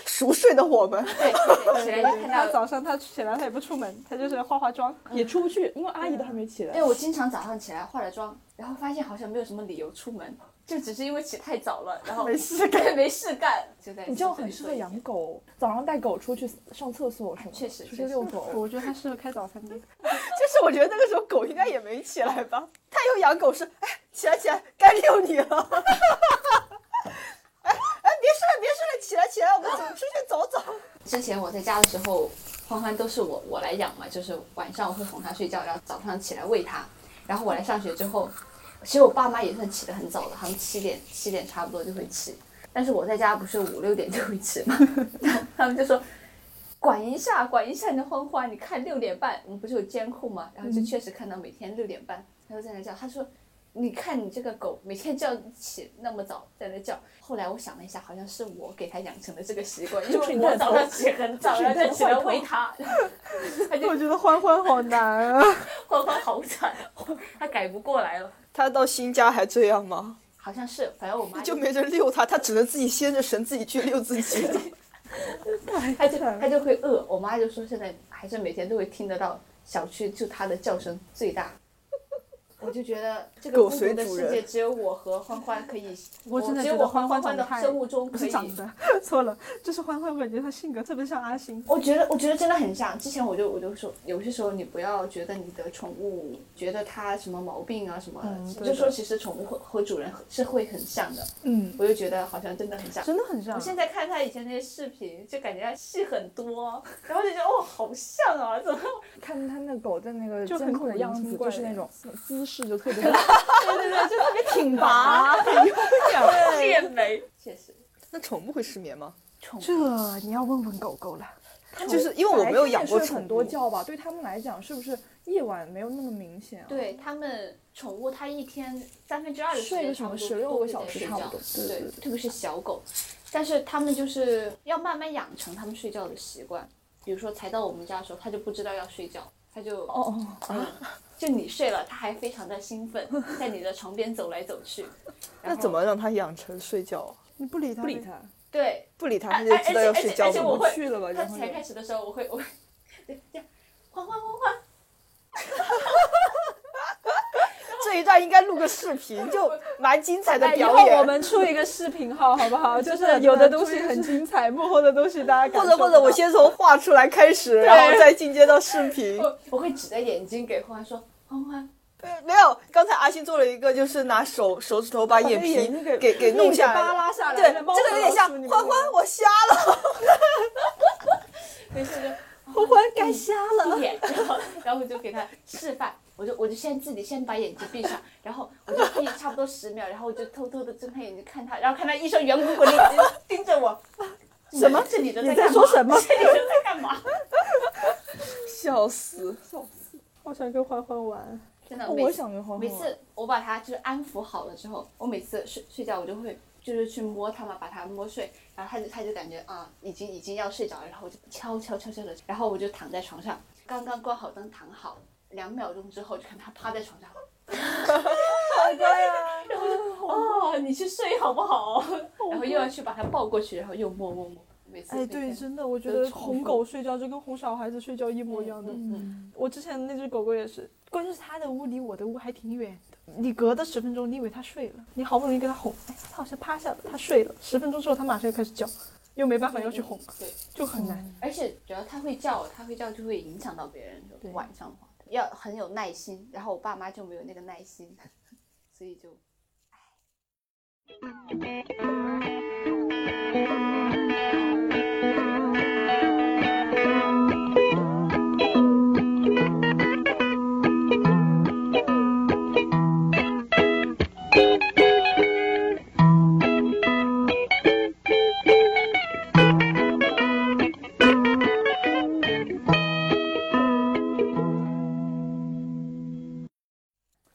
C: 熟睡的我们。
E: 对，对起来就看
D: 他
E: 到。
D: 早上他起来他也不出门，他就是化化妆。
A: 也出不去，因为阿姨都还没起来
E: 对，。我经常早上起来化了妆，然后发现好像没有什么理由出门，就只是因为起太早了，然后
D: 没事
E: 干，没事干，就在
A: 你这样很适合养狗，早上带狗出去上厕所什么的，
E: 确实
A: 出去
E: 确实
A: 遛狗。
D: 我觉得他适合开早餐店。
C: 就是我觉得那个时候狗应该也没起来吧，它又养狗是，哎，起来起来，该遛你了。 哎哎，别睡了别睡了，起来起来，我们走出去走走。
E: 之前我在家的时候，欢欢都是我我来养嘛，就是晚上我会哄她睡觉，然后早上起来喂她。然后我来上学之后，其实我爸妈也算起得很早的，他们七点七点差不多就会起，但是我在家不是五六点就会起 嘛，然后他们就说。管一下，管一下你的欢欢，你看六点半，我们不是有监控嘛，然后就确实看到每天六点半，他就在那叫，他说你看你这个狗每天叫起那么早在那叫。后来我想了一下，好像是我给它养成的这个习惯，因为我早上起很 早，然后就起来喂 它，它就
D: 我觉得欢欢好难啊。
E: 欢欢好惨， 它改不过来了。
C: 他到新家还这样吗？
E: 好像是，反正我 妈
C: 就没人遛他，他只能自己牵着绳自己去遛自己。
E: 他就他就会饿。我妈就说现在还是每天都会听得到小区就它的叫声最 大。我就觉得这个
C: 狗
E: 孤独
C: 随
E: 的
C: 主
E: 世
C: 人
E: 界只有我和欢欢可以，
D: 我真的
E: 只
D: 觉
E: 有
D: 得
E: 我和
D: 欢欢长
E: 欢
D: 得
E: 的
D: 太
E: 生物钟
D: 不
E: 可
D: 是
E: 以。
D: 长得，错了，就是欢欢，我感觉他性格特别像阿星。
E: 我觉得，我觉得真的很像。之前我就我就说，有些时候你不要觉得你的宠物觉得它什么毛病啊什么，
A: 嗯对
E: 就
A: 的
E: 说其实宠物和和主人是会很像的。
A: 嗯，
E: 我就觉得好像真的很像。
D: 真的很像
E: 我，现在看他以前那些视频，就感觉他戏很多，然后就觉得哦，好像啊，怎么
A: 看他那狗在那个
D: 就很
A: 监控
D: 古
A: 的
D: 灵
A: 样
D: 精
A: 子，
D: 怪
A: 就是
D: 的
A: 那种姿势就特 别
D: 挺拔。
E: 变 美？确实，
C: 那宠物会失眠吗？
E: 宠物
D: 这你要问问狗狗了。
C: 就是因为我没有养过
A: 睡
C: 宠
A: 很多
C: 物，
A: 觉吧，对他们来讲是不是夜晚没有那么明显啊？，
E: 对他们宠物，它一天三分之二的时间
A: 睡个
E: 差
A: 什
E: 不
A: 么
E: 多
A: 16
E: 都
A: 个
E: 是
A: 小时
E: 在睡
A: 差不
E: 觉
A: 多对对对
E: 特别是小狗，但是它们就是要慢慢养成它们睡觉的习惯。比如说，才到我们家的时候，它就不知道要睡觉，它就
A: 哦，
E: 就你睡了，它还非常的兴奋，在你的床边走来走去。然
C: 那
E: 后
C: 怎？么让它养成睡觉？
D: 你不理他，
A: 不理他，
E: 对，
C: 不理它，
E: 啊
C: 它就知道要睡觉
E: 而且我
C: 了吗？
E: 会
A: 去了吧，
E: 它
A: 然后
E: 才
A: 就
E: 开始的时候，我会我会对这样，欢欢欢欢，
C: 这一段应该录个视频，就蛮精彩的
D: 哎，以
C: 表
D: 后我
C: 演。
D: 们出一个视频号，好不好？就
A: 真的
D: 是有
A: 真
D: 的
A: 的
D: 东
A: 出一
D: 西
A: 个
D: 很精彩，幕后的东西大家感
C: 或
D: 受
C: 者
D: 不
C: 或者，
D: 到
C: 我先从画出来开始，然后再进阶到视频。
E: 我我会指着眼睛给欢欢说欢欢，
C: 呃没有，刚才阿星做了一个，就是拿手手指头把眼
D: 那眼睛
C: 皮
D: 给
C: 给给弄下来
D: 扒
C: 了，
D: 拉下来
C: 对，
D: 了
C: 这
D: 猫
C: 个
D: 和
C: 有点
D: 老
C: 像
D: 鼠你
C: 欢
D: 们
C: 欢，我瞎了。
E: 没事就。
D: 欢欢该瞎
C: 嗯
D: 了。
E: 闭眼，然后然后我就给他示范，我就我就先自己先把眼睛闭上，然后我就闭差不多十秒，然后我就偷偷的睁开眼睛看他，然后看他一双圆滚滚的眼睛盯着我，什么？这女的
D: 你
E: 干
D: 在
E: 嘛
D: 说什么？
E: 这女的在干嘛？
C: 笑死！
D: 好想跟欢欢玩。
E: 真的，
A: 哦
E: 每
A: 我
E: 次
A: 想跟黄
E: 每
A: 黄
E: 次我把它就是安抚好了之后，我每次睡睡觉我就会就是去摸它嘛，把它摸睡，然后它就它就感觉啊已经已经要睡着了，然后我就悄悄悄悄的，然后我就躺在床上，刚刚关好灯躺好，两秒钟之后就看它趴在床上。 然后就哦，你去睡好不好？然后又要去把它抱过去，然后又摸摸摸，每次
D: 哎，
E: 每
D: 对，
E: 天
D: 真的，我觉
E: 都
D: 得
E: 重
D: 哄
E: 复
D: 狗睡觉就跟哄小孩子睡觉一模一样的。
E: 嗯嗯
D: 我之前那只狗狗也是，关键是它的屋离我的屋还挺远的，你隔的十分钟，你以为它睡了，你好不容易给它哄，哎，它好像趴下了，它睡了，十分钟之后它马上又开始叫，又没办法要去哄，
E: 对，
D: 就很难。
E: 而且主要它会叫，它会叫就会影响到别人，就
A: 对
E: 晚上的话要很有耐心，然后我爸妈就没有那个耐心， 所以就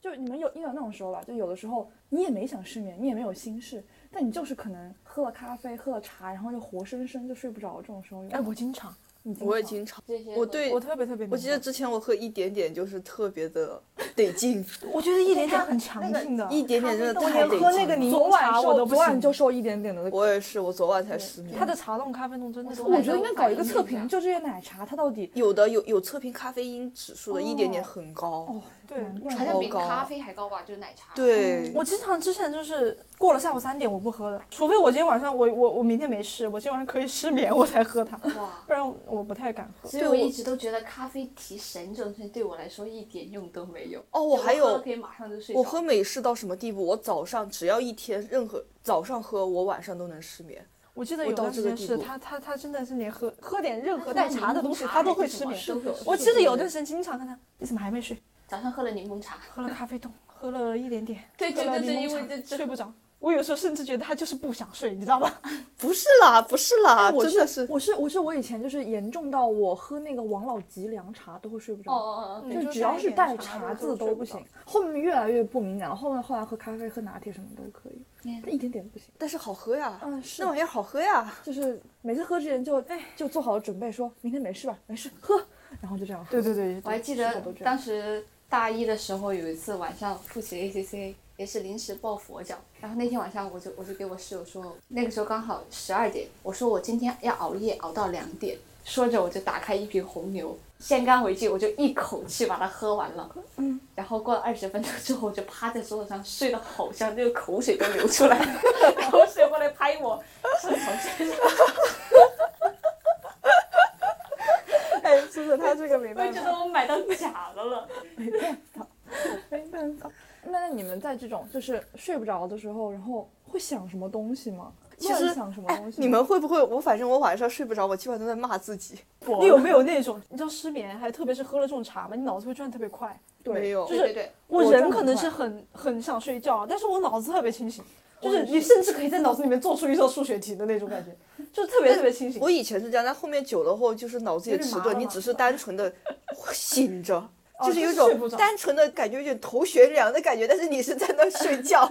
A: 就你们有遇到那种时候吧，就有的时候你也没想失眠，你也没有心事，但你就是可能喝了咖啡、喝了茶，然后就活生生就睡不着，这种时候有吗。
D: 哎，我经常，
A: 你经
C: 我也
A: 常
C: 经常，
E: 这些
C: 我对
D: 我特别特别明白，
C: 我记得之前我喝一点点就是特别的得 劲，
D: 我觉得一点点很强劲的，
C: 一点点真的
D: 我
C: 太
D: 连
C: 得
D: 喝那
C: 劲
D: 个
C: 了。
D: 柠
A: 昨
D: 檬
A: 晚
D: 茶
A: 受
D: 我都不
A: 昨晚
D: 行
A: 就，受一点点的。
C: 我也是，我昨晚才失眠
D: 它。的茶冻、咖啡冻真的都
A: 我觉得
E: 我
A: 应该
E: 反
A: 搞一个
E: 应
A: 测
E: 是这
A: 评，
E: 样
A: 就这些奶茶它到底
C: 有的有有测评咖啡因指数的，一点点
A: 哦
C: 很高。
A: 哦，
D: 对
A: 难怪
E: 好像比
C: 超高
E: 咖啡还高吧，就是奶茶。，
D: 嗯
C: 对，
D: 哦我经常之前就是过了下午三点我不喝的，除非我今天晚上我我我明天没事，我今天晚上可以失眠我才喝它，
E: 哇。
D: 不然我不太敢喝。
E: 所以我一直都觉得咖啡提神这种东西对我来说一点用都没有。
C: 哦，
E: 就
C: 我
E: 喝
C: 还
E: 了
C: 有
E: 可以马上就睡着。
C: 我喝美式到什么地步？我早上只要一天任何早上喝，我晚上都能失眠。
D: 我记得
C: 我
D: 有
C: 到
D: 段
C: 这
D: 时间
C: 个地
D: 是
C: 步
D: 他他他真的是连喝喝点任何
E: 那
D: 带茶的
E: 柠檬
D: 东西
E: 茶
D: 他都
E: 还
D: 会
E: 是
D: 失
E: 什么
D: 眠。
E: 都有
D: 我
E: 是
D: 记得
E: 的
D: 有段时间经常看他，你怎么还没睡？
E: 早上喝了柠檬茶，
D: 喝了咖啡冻，喝了一点点，
E: 对
D: 喝
E: 对
D: 了
E: 对对，
D: 柠
E: 因为
D: 檬
E: 这
D: 茶，
E: 这
D: 睡不着。我有时候甚至觉得他就是不想睡，你知道吧？
C: 不是啦，不是啦，
A: 我
C: 真的是
A: 我是我是我以前就是严重到我喝那个王老吉凉茶都会睡不着。
E: 哦哦哦，
A: 就只要是带茶字都不行，后面越来越不敏感了。后面后来喝咖啡、喝拿铁什么都可以，
E: 嗯
A: 但一点点不行。
C: 但是好喝呀，
A: 嗯，是
C: 那玩意儿好喝呀。
A: 就是每次喝之前就哎就做好准备说，明天没事吧，没事喝，然后就这样喝。
D: 对对对，
E: 我还记得
A: 是的都这样
E: 当时大一的时候，有一次晚上复习 ACC，也是临时抱佛脚。然后那天晚上，我就我就给我室友说，那个时候刚好十二点，我说我今天要熬夜熬到两点。说着我就打开一瓶红牛，先干为敬，我就一口气把它喝完了。嗯， 然后过了二十分钟之后，我就趴在桌子上睡得好香，那个口水都流出来了。 然后室友过来拍我，是从身上，
A: 哎，苏苏他这个没
E: 我就觉得我买到假的了。
A: 没办法。那你们在这种就是睡不着的时候，然后会想什么东西吗？
C: 其实哎
A: 乱想什么东西吗？
C: 你们会不会？我反正我晚上睡不着，我基本上都在骂自己。
D: 你有没有那种你知道失眠，还特别是喝了这种茶嘛，你脑子会转特别快。
A: 对
C: 没有
D: 就，是
E: 对对对，
D: 我
A: 我
D: 人
A: 转
D: 可
A: 很
D: 能
A: 快
D: 是很很想睡觉，但是我脑子特别清醒，就
A: 我也
D: 是你甚至可以在脑子里面做出一道数学题的那种感觉，就特别特别清醒
C: 我。以前是这样，但后面久了后就是脑子也迟
A: 有点麻
C: 钝，
A: 了
C: 你只是单纯的醒着。
D: 哦
C: 就是有一
D: 就是睡不
C: 种
D: 着
C: 单纯的感觉，有点头悬梁的感觉，但是你是在那睡觉，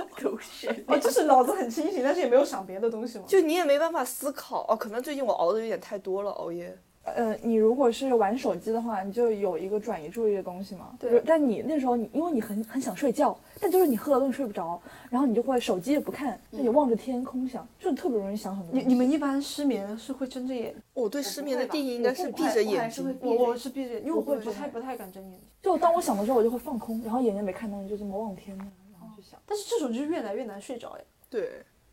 D: 哦，就是脑子很清醒，但是也没有想别的东西嘛。
C: 就你也没办法思考哦。可能最近我熬的有点太多了，哦熬夜。
A: 呃，你如果是玩手机的话，你就有一个转移注意的东西嘛。
D: 对
A: 但你那时候你因为你很很想睡觉，但就是你喝了东西睡不着，然后你就会手机也不看，那你
E: 嗯
A: 望着天空想，就特别容易想很多
D: 你
A: 东西。
D: 你们一般失眠是会睁着眼？
C: 我对失眠的定义应
E: 应
C: 该是闭着眼睛。
D: 我我是闭着眼，因为我
A: 我会
D: 会不
A: 睁
D: 太
A: 眼
D: 不太敢睁眼睛。
A: 就当我想的时候，我就会放空，然后眼睛没看东西，就这么望天啊，然后就想。
D: 但是这种就是越来越难睡着哎。
C: 对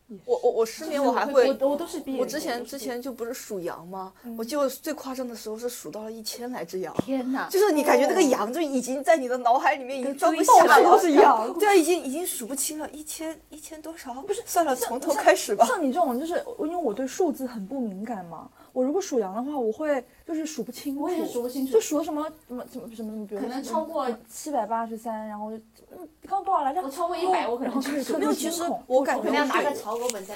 A: 也，
C: 我我我失眠我还
D: 我
C: 会，
D: 都我都是闭眼睛。
C: 我之前
D: 都是
C: 之
D: 闭眼
C: 前就不是数羊吗？我记得我最夸张的时候是数到了一千来只羊。
E: 天哪！
C: 就是你感觉那 个羊就已经在你的脑海里面已经装不
D: 到
C: 下
D: 处
C: 了，
D: 都是羊。
C: 对啊，已经已经数不清了，一千一千多少？不是，算了，从头开
E: 哦
C: 始吧。
A: 像你这种，就是我因为我对数字很不敏感嘛，我如果数羊的话，我会就是数不清楚，
E: 我也数不清楚
A: 就数什么什么什么什么，比如
E: 可能超过
A: 七百八十三，然后就嗯，刚刚多少来着？哦
E: 我超过100我可
A: 然
E: 能
A: 后开始
C: 没有，其实我感
E: 我
C: 觉
E: 们要拿个
C: 对，
E: 草稿本 在。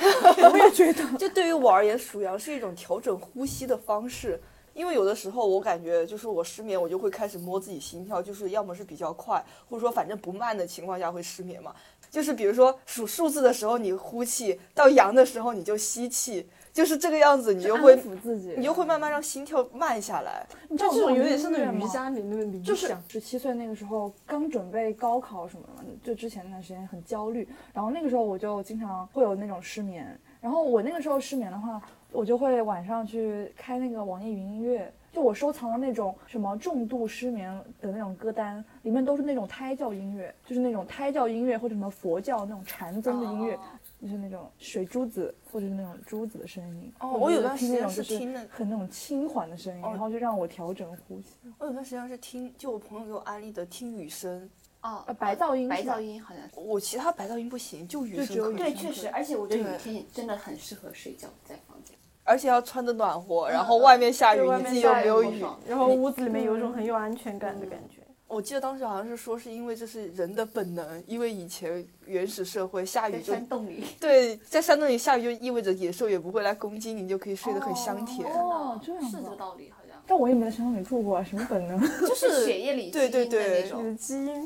A: 我也觉 得，
C: 就对于我而言，数羊是一种调整呼吸的方式。因为有的时候我感觉就是我失眠，我就会开始摸自己心跳，就是要么是比较快，或者说反正不慢的情况下会失眠嘛。就是比如说数数字的时候你呼气，到羊的时候你就吸气，就是这个样子，你就会
A: 安抚自己，
C: 你就会慢慢让心跳慢下来。
A: 你知
D: 就
A: 道
D: 这种有点像
A: 像
D: 那种瑜，伽里那个冥
A: 就是
D: 想。
A: 十七岁那个时候，刚准备高考什么的嘛，就之前那段时间很焦虑，然后那个时候我就经常会有那种失眠，然后我那个时候失眠的话，我就会晚上去开那个网易云音乐。就我收藏的那种什么重度失眠的那种歌单，里面都是那种胎教音乐，就是那种胎教音乐或者什么佛教那种禅宗的音乐，
C: 哦
A: 就是那种水珠子或者是那种珠子的声音。
C: 哦
A: 或者
C: 我有
A: 是
C: 段时
A: 听那
C: 间
A: 种就
C: 是
A: 是
C: 听那
A: 很那种轻缓的声音，
C: 哦
A: 然后就让我调整呼吸。
C: 我有段时间是听，就我朋友给我安利的听雨声，
E: 哦
A: 呃白噪音
E: 白
A: 是吧
E: 噪音好像是。
C: 我其他白噪音不行，就雨
A: 就只有
C: 声可以
E: 对，
C: 听
E: 确实，
D: 哎
E: 而且我觉得
C: 对
E: 雨天也真的很适合睡觉，在房间。
C: 而且要穿的暖和，然后外面下雨，
D: 对外
C: 你
D: 面
C: 自己又
D: 下雨
C: 没有
E: 多
C: 雨。
E: 爽
D: 然后屋子里面有一种很有安全感的感觉。
C: 我记得当时好像是说是因为这是人的本能，因为以前原始社会下
E: 在
C: 雨就
E: 山洞里，
C: 对，在山洞里下雨就意味着野兽也不会来攻击你，你就可以睡得很香甜。
A: 哦这样子
E: 是这
A: 啊
E: 个道理，好像
A: 但我也没在山洞里住过，什么本能？
E: 就是血液里
C: 对对
E: 基因的
C: 对
E: 那
D: 你的
E: 种。
D: 基因，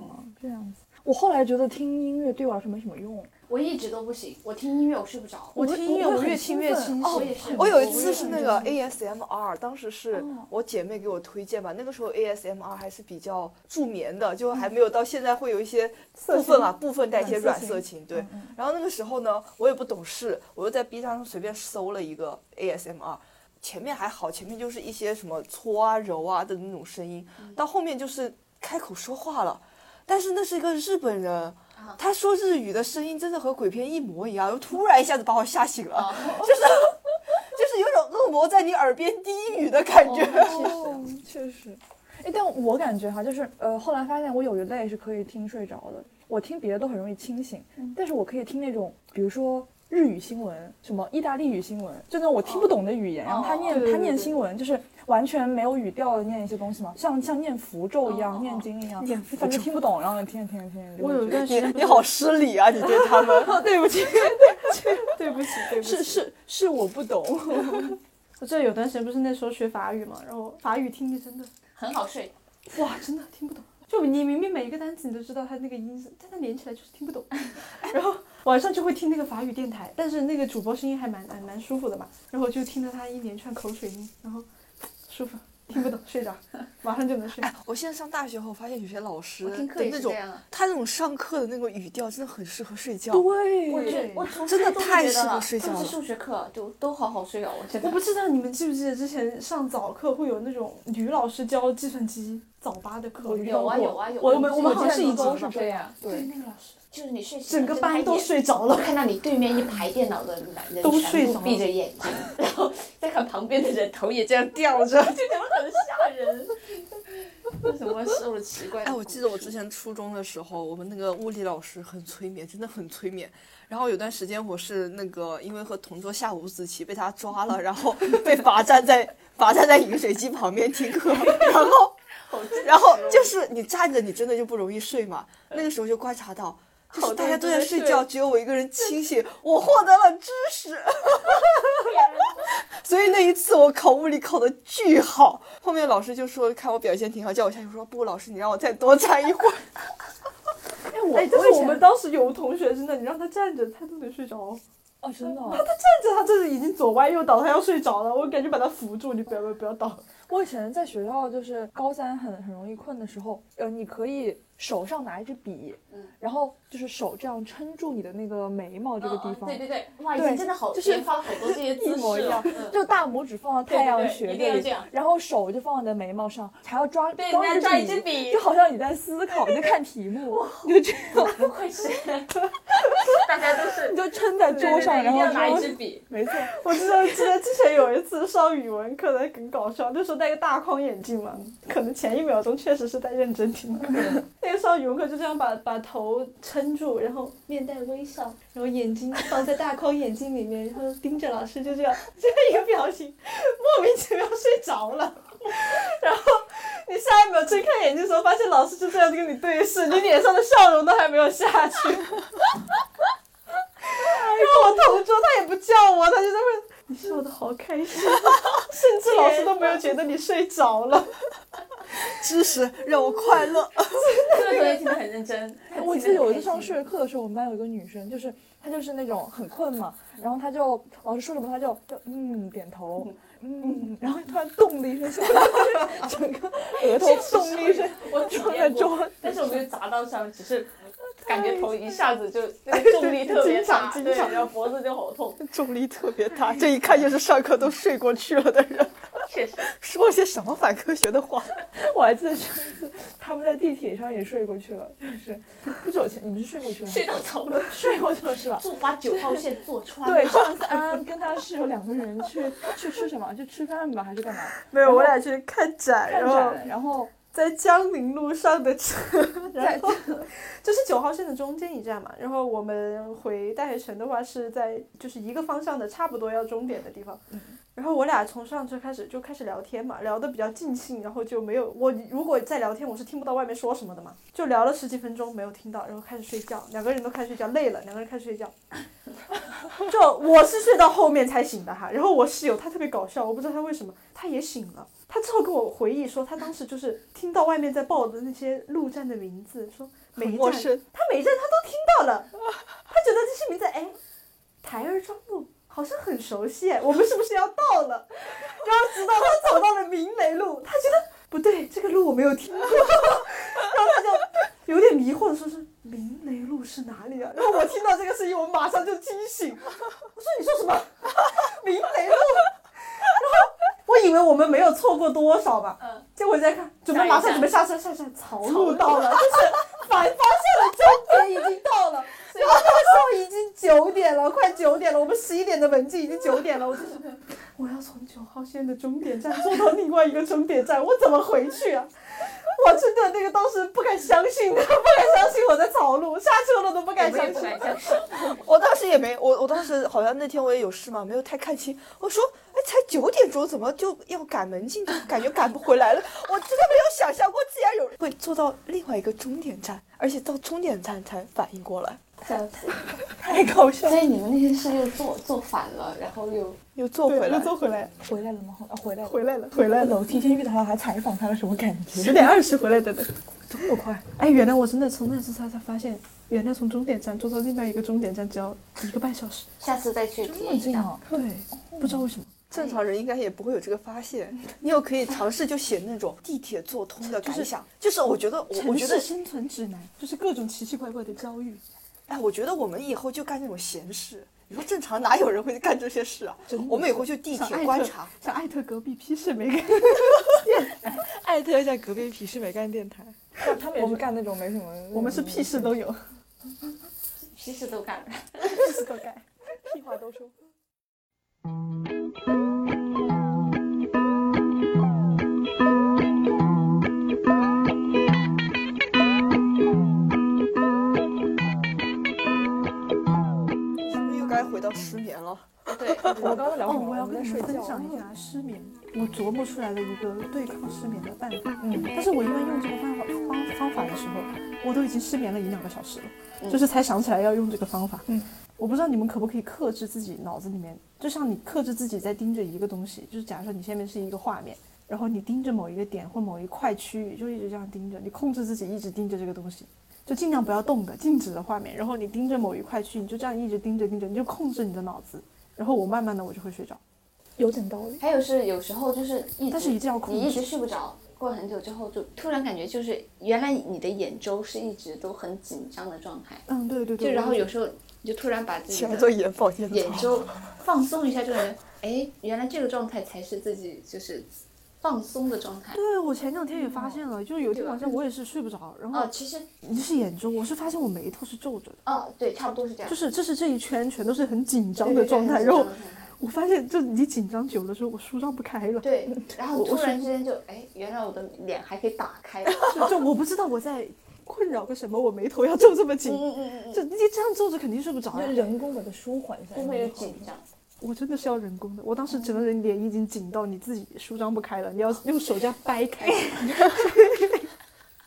A: 哦这样子，我后来觉得听音乐对我来说没什么用。
E: 我一直都不行，我听音乐我睡不着。
D: 我
A: 会
D: 听
A: 我
D: 音乐
A: 会
D: 我
A: 很
D: 越
A: 兴
D: 听越
A: 奋
D: 清
E: 哦，我
D: 醒
E: 也。是。
C: 我有一
E: 也
C: 次是
E: 是
C: 那个 ASMR，当时是我姐妹给我推荐吧，那个时候 ASMR 还是比较助眠的，就还没有到现在会有一些部分啊，部分带一些软色情，
E: 嗯
C: 对。然后那个时候呢，我也不懂事，我又在 B 站上随便搜了一个 ASMR。前面还好，前面就是一些什么搓啊、揉啊的那种声音，
E: 嗯
C: 到后面就是开口说话了。但是那是一个日本人，
E: 啊
C: 他说日语的声音真的和鬼片一模一样，又突然一下子把我吓醒了，
E: 哦
C: 就是就是有种恶魔在你耳边低语的感觉。
A: 哦，确实。哎，但我感觉哈，就是呃，后来发现我有一类是可以听睡着的，我听别的都很容易清醒，
D: 嗯
A: 但是我可以听那种，比如说。日语新闻，什么意大利语新闻，就那种我听不懂的语言，然后他念
D: 哦对对
A: 他
D: 对
A: 念
D: 对
A: 新闻，就是完全没有语调的念一些东西嘛，像像念符咒一
D: 哦
A: 样，念经一样，你反正听不懂，然后你天天天天
D: 我有一
A: 就。
D: 段时
C: 你
D: 间不
C: 你好失礼啊！你对他 们，对不起，
D: 对不起，对不起。
A: 是是是，我不懂。
D: 我记得有段时间不是那时候学法语嘛，然后法语听力真的
E: 很好睡。
D: 哇，真的听不懂。就你明明每一个单词你都知道它那个音是，但它连起来就是听不懂。 然后晚上就会听那个法语电台，但是那个主播声音还蛮蛮呃蛮舒服的嘛，然后就听到他一连串口水音，然后舒服，听不懂睡着，马上就能睡。
C: 我现在上大学后发现有些老师
E: 我听课
C: 的
E: 也
C: 那
E: 是这
C: 种，
E: 样啊。
C: 他那种上课的那种语调真的很适合睡觉。
A: 对，
E: 哎我觉得我从
C: 真的
E: 初中就
C: 太
E: 觉得
C: 适合
E: 了
C: 睡觉
E: 特别
C: 了
E: 是数学课就都好好睡哦，我真
D: 我
E: 的
D: 不知道你们记不记得之前上早课会有那种女老师教计算机早八的课，
E: 有啊有啊有啊。
D: 我们我们好像
E: 记
D: 是
E: 得
D: 一
E: 高
D: 周
E: 中
D: 吧，
E: 这样。
C: 对
E: 对，那个老师就是你睡醒
D: 整
E: 了
D: 个班都。
E: 睁开眼
D: 睡着
E: 我
D: 了。
E: 看到你对面一排电脑的男人
D: 都
E: 全部
D: 睡着了
E: 闭着眼睛，然后再看旁边的人头也这样吊着，就觉得很吓人。为什么受了奇怪的
C: 哎，
E: 苦？
C: 我记得我之前初中的时候，我们那个物理老师很催眠，真的很催眠。然后有段时间我是那个，因为和同桌下五子棋被他抓了，然后被罚站在罚站在饮水机旁边听课， 然后
E: 哦
C: 然后就是你站着，你真的就不容易睡嘛。
D: 嗯
C: 那个时候就观察到。就是大家都在睡觉，只有我一个人清醒，我获得了知识。 所以那一次我考物理考的巨好，后面老师就说看我表现挺好，叫我下去说不，老师你让我再多站一 会儿。
D: 哎，我但是我们当时有同学真的，你让他站着，他都能睡着。
A: 哦，真的哦、
D: 但是他这是已经左歪右倒，他要睡着了，我感觉把他扶住，你不要不要不要倒。
A: 我以前在学校就是高三很很容易困的时候，呃，你可以手上拿一支笔，
E: 嗯
A: 然后就是手这样撑住你的那个眉毛这个地
E: 嗯嗯
A: 方，
E: 对对对，哇，以
A: 对
E: 前真的好，
A: 就是
E: 研发了好多这些姿势
A: 一
E: 哦，
A: 模一样
E: 嗯
A: 就大拇指放到
E: 对
A: 太阳
E: 对对
A: 穴
E: 一定要
A: 那
E: 这
A: 里
E: 样，
A: 然后手就放在眉毛上，还要抓
E: 对，
A: 抓
E: 人家抓一
A: 支
E: 支笔
A: 就，好像你在思考，你在看题 目，你就这样，
E: 不 愧是，大家都是
A: 你就撑在桌上，
E: 对
A: 然
E: 对对一定要拿
A: 后
E: 一
A: 就
E: 支笔，
A: 没错，
D: 我记得记得之前 有一次上语文课，他很搞笑，那时候戴个大框眼镜嘛，可能前一秒钟确实是在认真听课， 那个上语文课就这样把把头撑住，然后面带微笑，然后眼睛放在大框眼镜里面，然后盯着老师，就这样这样一个表情，莫名其妙睡着了。 然后你下一秒睁开眼睛的时候，发现老师就这样跟你对视，你脸上的笑容都还没有下 去。然后我同桌他也不叫我，他就在问你笑的好开心，甚至老师都没有觉得你睡着了。
C: 知识让我 快乐。
E: 这个作业听得很 认真。
A: 我记得有一次上数
E: 睡，
A: 学课的时候，我们班有一个女生，就是她就是那种很困嘛，然后她就老师说什么，她就就嗯点头，嗯，然后突然咚的一声笑， 整个额 头咚的一声
E: 我体
A: 撞在
E: 验过
A: 桌，
E: 但是我没有砸到上，只是感觉头一下子就那个重力特别大，
C: 经常经
E: 对，
C: 常
E: 然后脖子就好 痛，
C: 重力特别大，这一看就是上课都睡过去了的人，
E: 确实。
C: 说了些什么反科学的话？
A: 我还记得上次他们在地铁上也睡过去了，就是不久前你们是睡过去了吗，
E: 睡到头了，
A: 睡过去了是吧？
E: 坐把九号线坐 穿。
A: 对，上次安安跟他室友两个人去去吃什么？去吃饭吧，还是干嘛？
D: 没有，我俩去看展，
A: 看
D: 然后
A: 展，然后
D: 在江宁路上的车，
A: 在
D: 然后就是九号线的中间一站嘛。然后我们回大学城的话是在就是一个方向的，差不多要终点的地方。然后我俩从上车开始就开始聊天嘛，聊得比较尽兴，然后就没有我如果在聊天，我是听不到外面说什么的嘛，就聊了十几分钟没有听到，然后开始睡觉，两个人都开始睡觉，累了，两个人开始睡觉。就我是睡到后面才醒的哈，然后我室友他特别搞笑，我不知道他为什么，他也醒了，他之后跟我回忆说，他当时就是听到外面在报的那些路站的名字，说每一
C: 陌
D: 站
C: 生，
D: 他每一站他都听到了，他觉得这些名字哎，台儿庄路好像很熟悉哎，我们是不是要到了？然后直到他走到了明雷路，他觉得不对，这个路我没有听过，然后他就有点迷惑的说是明雷路是哪里啊？然后我听到这个声音，我马上就惊醒，我说你说什么？ 明雷路？然后我以为我们没有错过多少吧，
E: 嗯
D: 结果再看，准备马上准备下车下车，草路到了，就是反方向的终点已经到了。 所以那时候已经九点了，快九点了，我们十一点的文静已经九点了，我就是我要从九号线的终点站坐到另外一个终点站，我怎么回去啊？我去的那个当时不敢相信， 不敢相信我在草路，下车了都不敢
E: 我
D: 相
E: 也
D: 信
E: 不。敢相信。
C: 我当时也没，我我当时好像那天我也有事嘛，没有太看清。我说，哎，才九点钟，怎么就要赶门禁，就感觉赶不回来了？我真的没有想象过，竟然有人会坐到另外一个终点站，而且到终点站才反应过来，
E: 笑 死！
D: 太搞笑
E: 所以你们那天是又坐坐反了，然后又
C: 又坐回
D: 对，
C: 来
D: 又。哦坐回来，
A: 回来了吗？啊，回来了。
D: 回来了，回来了。
A: 楼梯间遇到他，还采访他的什么感觉？
D: 十点二十回来的呢，这么快？哎，原来我真的从那次才才发现，原来从终点站坐到另外一个终点站只要一个半小 时。
E: 下次再去体验一
A: 这啊
E: 下。
A: 样，
D: 对，不知道为什么。
C: 正常人应该也不会有这个发现。你有可以尝试就写那种地铁坐通的感想，就是我觉得我我
D: 城
C: 觉得
D: 市生存指南就是各种奇奇怪怪的遭遇，
C: 哎，我觉得我们以后就干这种闲事。你说正常哪有人会干这些事啊？我们以后就地
D: 像艾
C: 铁
D: 特
C: 观察，
D: 像艾特隔壁批示没干。
C: 艾特一下隔壁鄙视美干电台。
A: 他们也是干那种没什么。
D: 我们是屁事都有，
E: 其实都干了。
D: 屁事都干，屁话都说。
C: 是不是又该回到失眠了？
E: 对，
A: 我们刚刚聊什
D: 哦，
A: 么？
D: 我要
A: 们
D: 跟
A: 在
D: 你
A: 睡
D: 们
A: 觉嗯
D: 分享一下失眠，我琢磨出来了一个对抗失眠的办法。
A: 嗯
D: 但是我一般用这个方法方方法的时候，我都已经失眠了一两个小时了，就是才想起来要用这个方法。
A: 嗯，
D: 我不知道你们可不可以克制自己脑子里面，就像你克制自己在盯着一个东西，就是假设你下面是一个画面，然后你盯着某一个点或某一块区域，就一直这样盯着，你控制自己一直盯着这个东西。就尽量不要动的，静止的画面，然后你盯着某一块区，你就这样一直盯着盯着，你就控制你的脑子，然后我慢慢的我就会睡着。
A: 有点道理。
E: 还有是有时候就是一直，
D: 但是一定要控制
E: 你一直睡不着，过了很久之后就突然感觉就是原来你的眼周是一直都很紧张的状态，
D: 嗯，对对
E: 就
D: 对。
E: 然后
D: 我
E: 有时候你就突然把自己
C: 起来做
E: 的
C: 眼保健
E: 眼
C: 操。
E: 周放松一下，就感觉哎，原来这个状态才是自己就是放松的状态。
D: 对，我前两天也发现了，就是有一天
E: 哦对吧啊
D: 晚上我也是睡不着，然后
E: 哦，其实
D: 你是眼周，我是发现我眉头是皱着的，
E: 哦，对，差不多是这样
D: 就。是这是这一圈全都是很紧张
E: 对
D: 的
E: 对对
D: 状态，
E: 很紧
D: 然后
E: 张的状态
D: 我发现就你紧张久了之后，我舒张不开了，
E: 对，然后
D: 我
E: 突
D: 我
E: 然
D: 是
E: 之间就哎，原来我的脸还可以打 开。
D: 就就我不知道我在困扰个什么，我眉头要皱这么紧，
E: 嗯嗯
D: 就你这样皱着肯定睡不着
A: 就
D: 呀，
A: 人工把它舒缓一下，
E: 嗯，会有紧张。
D: 我真的是要人工的，我当时整
E: 哦
D: 个人脸已经紧到你自己舒张不开了，你 要用手这样掰开，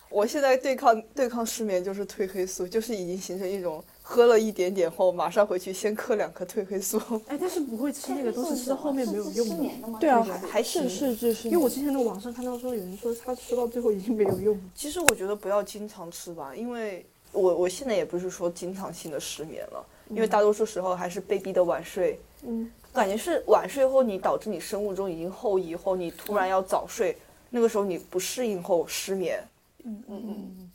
C: 我现在对抗对抗失眠就是褪黑素，就是已经形成一种喝了一点点后，马上回去先嗑两颗褪黑素。
D: 哎，但是不会吃那个东西，吃到后面没有用
E: 是失
D: 的。
E: 眠的吗？
A: 对啊，
C: 还
A: 是
C: 行
A: 是是是，
D: 因为我之前在网上看到说，有人说他吃到最后已经没有用了。
C: 其实我觉得不要经常吃吧，因为我我现在也不是说经常性的失眠了，因为大多数时候还是被逼的晚睡。
D: 嗯，
C: 感觉是晚睡后，你导致你生物钟已经后移后，你突然要早睡，那个时候你不适应后失眠。
E: 嗯嗯，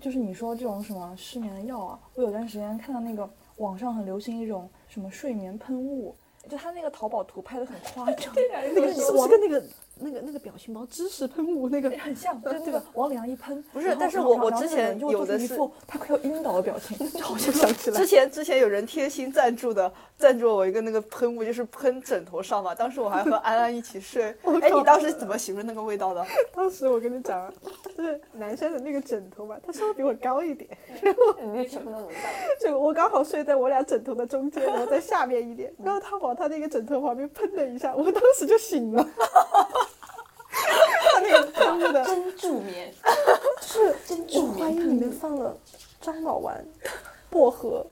A: 就是你说这种什么失眠的药啊，我有段时间看到那个网上很流行一种什么睡眠喷雾，就它那个淘宝图拍的很夸张， 对啊，
D: 那个是不是跟那个那个那个表情包知识喷雾那个？
A: 很像，就是 那个往脸上一喷，不
C: 是但是我我之前有的
A: 一
C: 是
A: 副他快要晕倒的表情，就好像
D: 想起来
C: 之，前之前有人贴心赞助的，赞助我一个那个喷雾，就是喷枕头上嘛。当时我还和安安一起 睡。哎，你当时怎么形容那个味道的？
D: 当时我跟你讲啊，就是男生的那个枕头嘛，他稍微比我高一点，
E: 你就 全部都闻到了。
D: 就我刚好睡在我俩枕头的中间，我在下面一点，然后他往他那个枕头旁边喷了一下，我当时就醒了。他那个喷雾的，
E: 真助眠，
D: 是
E: 真助
D: 我怀疑
E: 眠，
D: 里面放了樟脑丸、薄荷。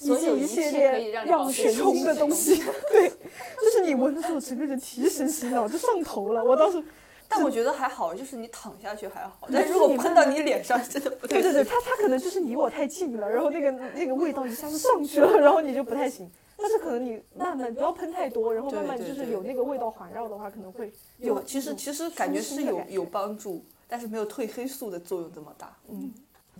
D: 以
E: 所有
D: 及一系
E: 切可以
D: 列
E: 让你
D: 让
E: 保持
D: 神通的东 西，对，就是你闻的时候，整个人提神醒脑，就上头了。我当时，
C: 但我觉得还好，就是你躺下去还好，
D: 但如果喷到你
C: 脸上，真的不
D: 对对对，他他可能就是离我太近了，然后那个那个味道一下子上去了，然后你就不太行。但是可能你慢慢不要喷太多，然后慢慢
C: 对
D: 就
C: 对
D: 是
C: 对
D: 有那个味道环绕的话，可能会
C: 有，其实其实感觉
D: 舒
C: 是
D: 心的
C: 有
D: 感觉
C: 有帮助，但是没有褪黑素的作用这么大。嗯，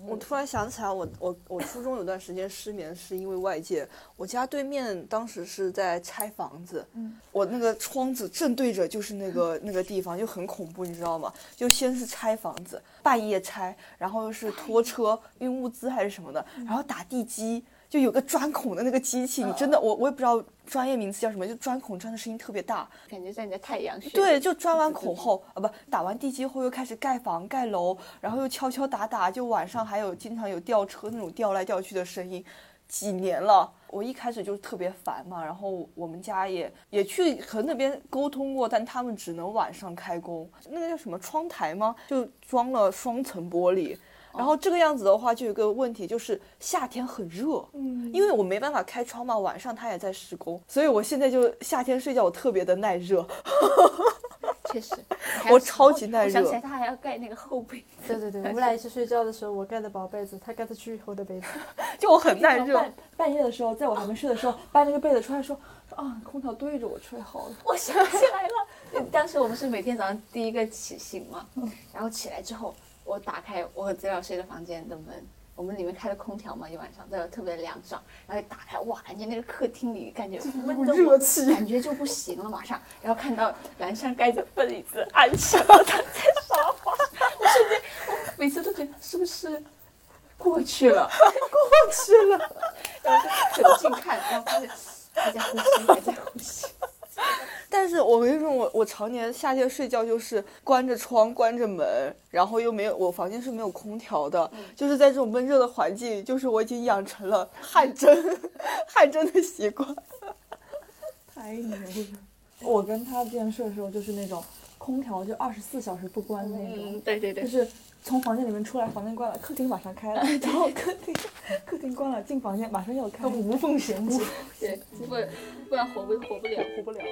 C: 我突然想起来我，我我初中有段时间失眠是因为外界，我家对面当时是在拆房子，我那个窗子正对着就是那个那个地方，就很恐怖，你知道吗？就先是拆房嗯子，半夜拆，然后又是拖车运物资还是什么的，然后打地基。就有个钻孔的那个机器，你真的我我也不知道专业名词叫什么，就钻孔钻的声音特别大。
E: 感觉在你的太阳穴。
C: 对，就钻完孔后啊，不打完地基后又开始盖房盖楼，然后又敲敲打打，就晚上还有经常有吊车那种吊来吊去的声音，几年了。我一开始就是特别烦嘛，然后我们家也也去和那边沟通过，但他们只能晚上开工。那个叫什么窗台吗？就装了双层玻璃。然后这个样子的话，就有一个问题，就是夏天很热，嗯，因为我没办法开窗嘛，晚上它也在施工，所以我现在就夏天睡觉，我特别的耐热，
E: 确实，
C: 我超级耐
E: 我想起
C: 热
E: 来，。他还要盖那个厚被子，
D: 对对对，我们俩一起睡觉的时候，我盖的薄被子，他盖的巨厚的被子。
C: 就我很耐热。
A: 半半夜的时候，在我还没睡的时候，搬那个被子出来说说啊，空调对着我吹好了。
E: 我想起来了， 当时我们是每天早上第一个起醒嘛，然后起来之后，我打开我和资料室的房间的门，我们里面开了空调嘛，一晚上对吧，特别凉爽，然后一打开，哇，感觉那个客厅里感 觉闷的热气，感觉就不行了，马上，然后看到栏上盖着被子，安详的躺在沙发， 我瞬间，我每次都觉得是不是过去 了，过去了，然后就冷静看，然后发现还在呼吸，还在呼吸。
C: 但是我跟你说，我我常年夏天睡觉就是关着窗、关着门，然后又没有我房间是没有空调的，
E: 嗯
C: 就是在这种闷热的环境，就是我已经养成了汗蒸、 汗蒸的习惯。
A: 太牛了！我跟他电视的时候就是那种空调就二十四小时不关那种，
E: 嗯，对对
A: 就
E: 对，
A: 是从房间里面出来，房间关了，客厅马上开了，然后客厅客厅关了，进房间马上又开，无缝衔接。
E: 对，不然不然活不活不了，活不了。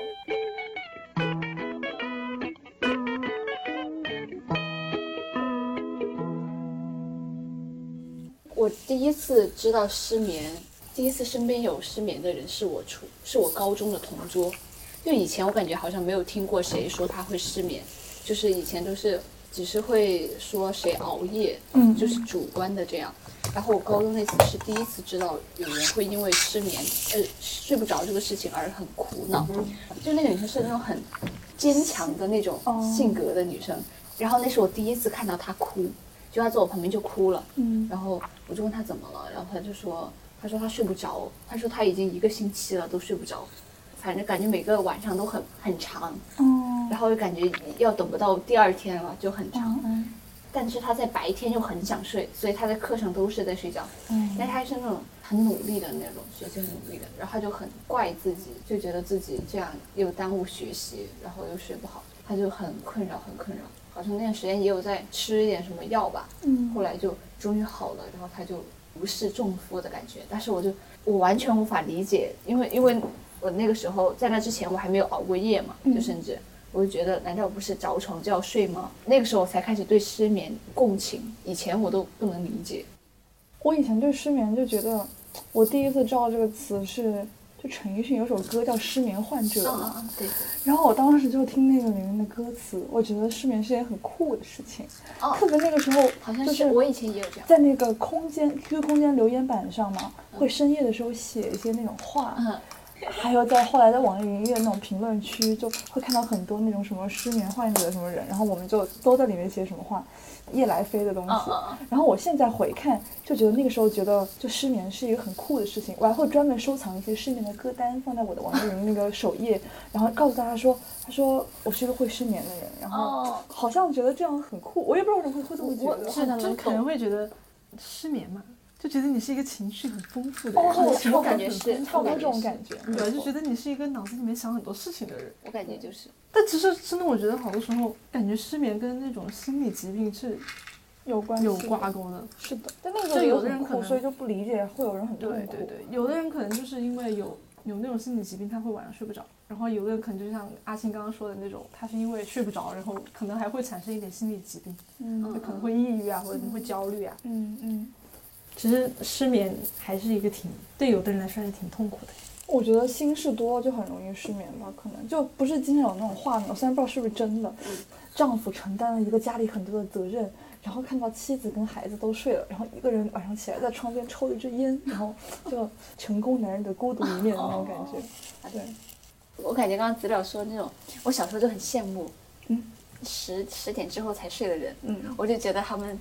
E: 我第一次知道失眠，第一次身边有失眠的人是我初，是我高中的同桌。就以前我感觉好像没有听过谁说他会失眠，就是以前都是只是会说谁熬夜，嗯，就是主观的这样。然后我高中那次是第一次知道有人会因为失眠，呃，睡不着这个事情而很苦恼。就那个女生是那种很坚强的那种性格的女生，然后那是我第一次看到她哭，就她坐我旁边就哭了。
A: 嗯，
E: 然后我就问她怎么了，然后她就说，她说她睡不着，她说她已经一个星期了都睡不着，反正感觉每个晚上都很很长，
A: 哦，
E: 然后就感觉要等不到第二天了就很长。
A: 嗯
E: 但是她在白天又很想睡，所以她在课上都是在睡觉。
A: 嗯
E: 但他是那种很努力的那种学习，很努力的，然后他就很怪自己，就觉得自己这样又耽误学习，然后又睡不好，他就很困扰，很困扰。好像那段时间也有在吃一点什么药吧，
A: 嗯
E: 后来就终于好了，然后他就如释重负的感觉。但是我就我完全无法理解，因为因为我那个时候在那之前我还没有熬过夜嘛，就甚至我就觉得，难道我不是着床就要睡吗？那个时候我才开始对失眠共情，以前我都不能理解。
A: 我以前对失眠就觉得，我第一次知道这个词是就陈奕迅有首歌叫《失眠患者》嘛，
E: 啊，对。
A: 然后我当时就听那个里面的歌词，我觉得失眠是件很酷的事情，
E: 哦
A: 特别那个时候
E: 好像
A: 就是
E: 我以前也有这样。
A: 在那个空间 QQ 空间留言板上嘛，会深夜的时候写一些那种话，
E: 嗯
A: 还有在后来在网易云音乐那种评论区，就会看到很多那种什么失眠患者什么人，然后我们就都在里面写什么话，夜来飞的东西。
E: 嗯嗯
A: 然后我现在回看，就觉得那个时候觉得就失眠是一个很酷的事情，我还会专门收藏一些失眠的歌单，放在我的网易云那个首页，然后告诉大家说，他说我是一个会失眠的人，然后
E: 哦
A: 好像觉得这样很酷，我也不知道为什么会会这么觉得。
D: 是的，
E: 真
D: 人可
E: 懂
D: 能会觉得失眠嘛，就觉得你是一个情绪很丰富的人，
A: 哦，
E: 情
A: 我
E: 感觉是
A: 差不多
E: 我感
A: 这
E: 觉
A: 种
E: 是
A: 感觉。
D: 对，就觉得你是一个脑子里面想很多事情的人。
E: 我感觉就是，
D: 但其实真的，我觉得好多时候感觉失眠跟那种心理疾病是
A: 有关
D: 有
A: 系
D: 挂钩的。
A: 是的，但那个
D: 就
A: 也
D: 有的
A: 很
D: 人可
A: 酷，
D: 能
A: 所以就不理解，会有人很痛
D: 对
A: 苦。
D: 对对，有的人可能就是因为有有那种心理疾病，他会晚上睡不着；然后有的人可能就像阿青刚刚说的那种，他是因为睡不着，然后可能还会产生一点心理疾病，
A: 嗯
D: 就可能会抑郁啊，或者会焦虑啊。
A: 嗯嗯，
D: 其实失眠还是一个挺对有的人来说还是挺痛苦的。
A: 我觉得心事多了就很容易失眠吧，可能就不是经常有那种画面，我虽然不知道是不是真的，丈夫承担了一个家里很多的责任，然后看到妻子跟孩子都睡了，然后一个人晚上起来在窗边抽一支烟，然后就成功男人的孤独一面的那种感觉。对，
E: 我感觉刚刚资料说那种，我小时候就很羡慕，
A: 嗯，
E: 十十点之后才睡的人，
A: 嗯，
E: 我就觉得他们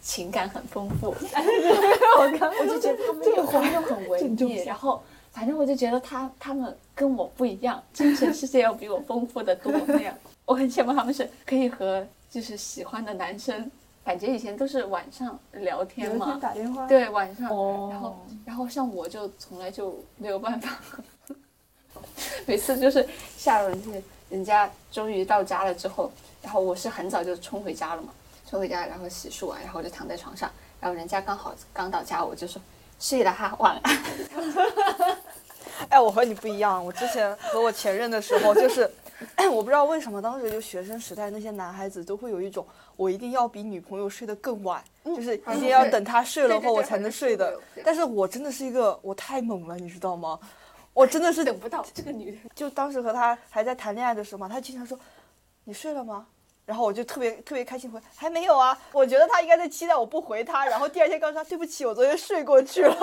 E: 情感很丰 富。我刚我就觉得他们又他们又很文艺，然后反正我就觉得他他们跟我不一样，精神世界要比我丰富的多那样。 我很羡慕他们是可以和就是喜欢的男生，感觉以前都是晚上聊天
A: 有一
E: 嘛，
A: 天打电话，
E: 对，晚上，
A: 哦
E: 然后然后像我就从来就没有办法， 每次就是下了就是人家终于到家了之后，然后我是很早就冲回家了嘛，冲回家然后洗漱完，然后我就躺在床上，然后人家刚好刚到家，我就说睡了哈，晚安。
C: 哎，我和你不一样，我之前和我前任的时候，就是， 我不知道为什么当时就学生时代那些男孩子都会有一种，我一定要比女朋友睡得更晚，就是
E: 好
C: 一
E: 像
C: 定要
E: 是
C: 等她睡了
E: 对对
C: 后我
E: 对
C: 才
E: 好
C: 能
E: 像是
C: 睡
E: 会
C: 的
E: 有对。
C: 但是我真的是一个，我太猛了，你知道吗？我真的是
E: 等不到这个女人，
C: 就当时和他还在谈恋爱的时候嘛，他经常说：“你睡了吗？”然后我就特别特别开心回：“还没有啊。”我觉得他应该在期待我不回他，然后第二天告诉他：“对不起，我昨天睡过去了。”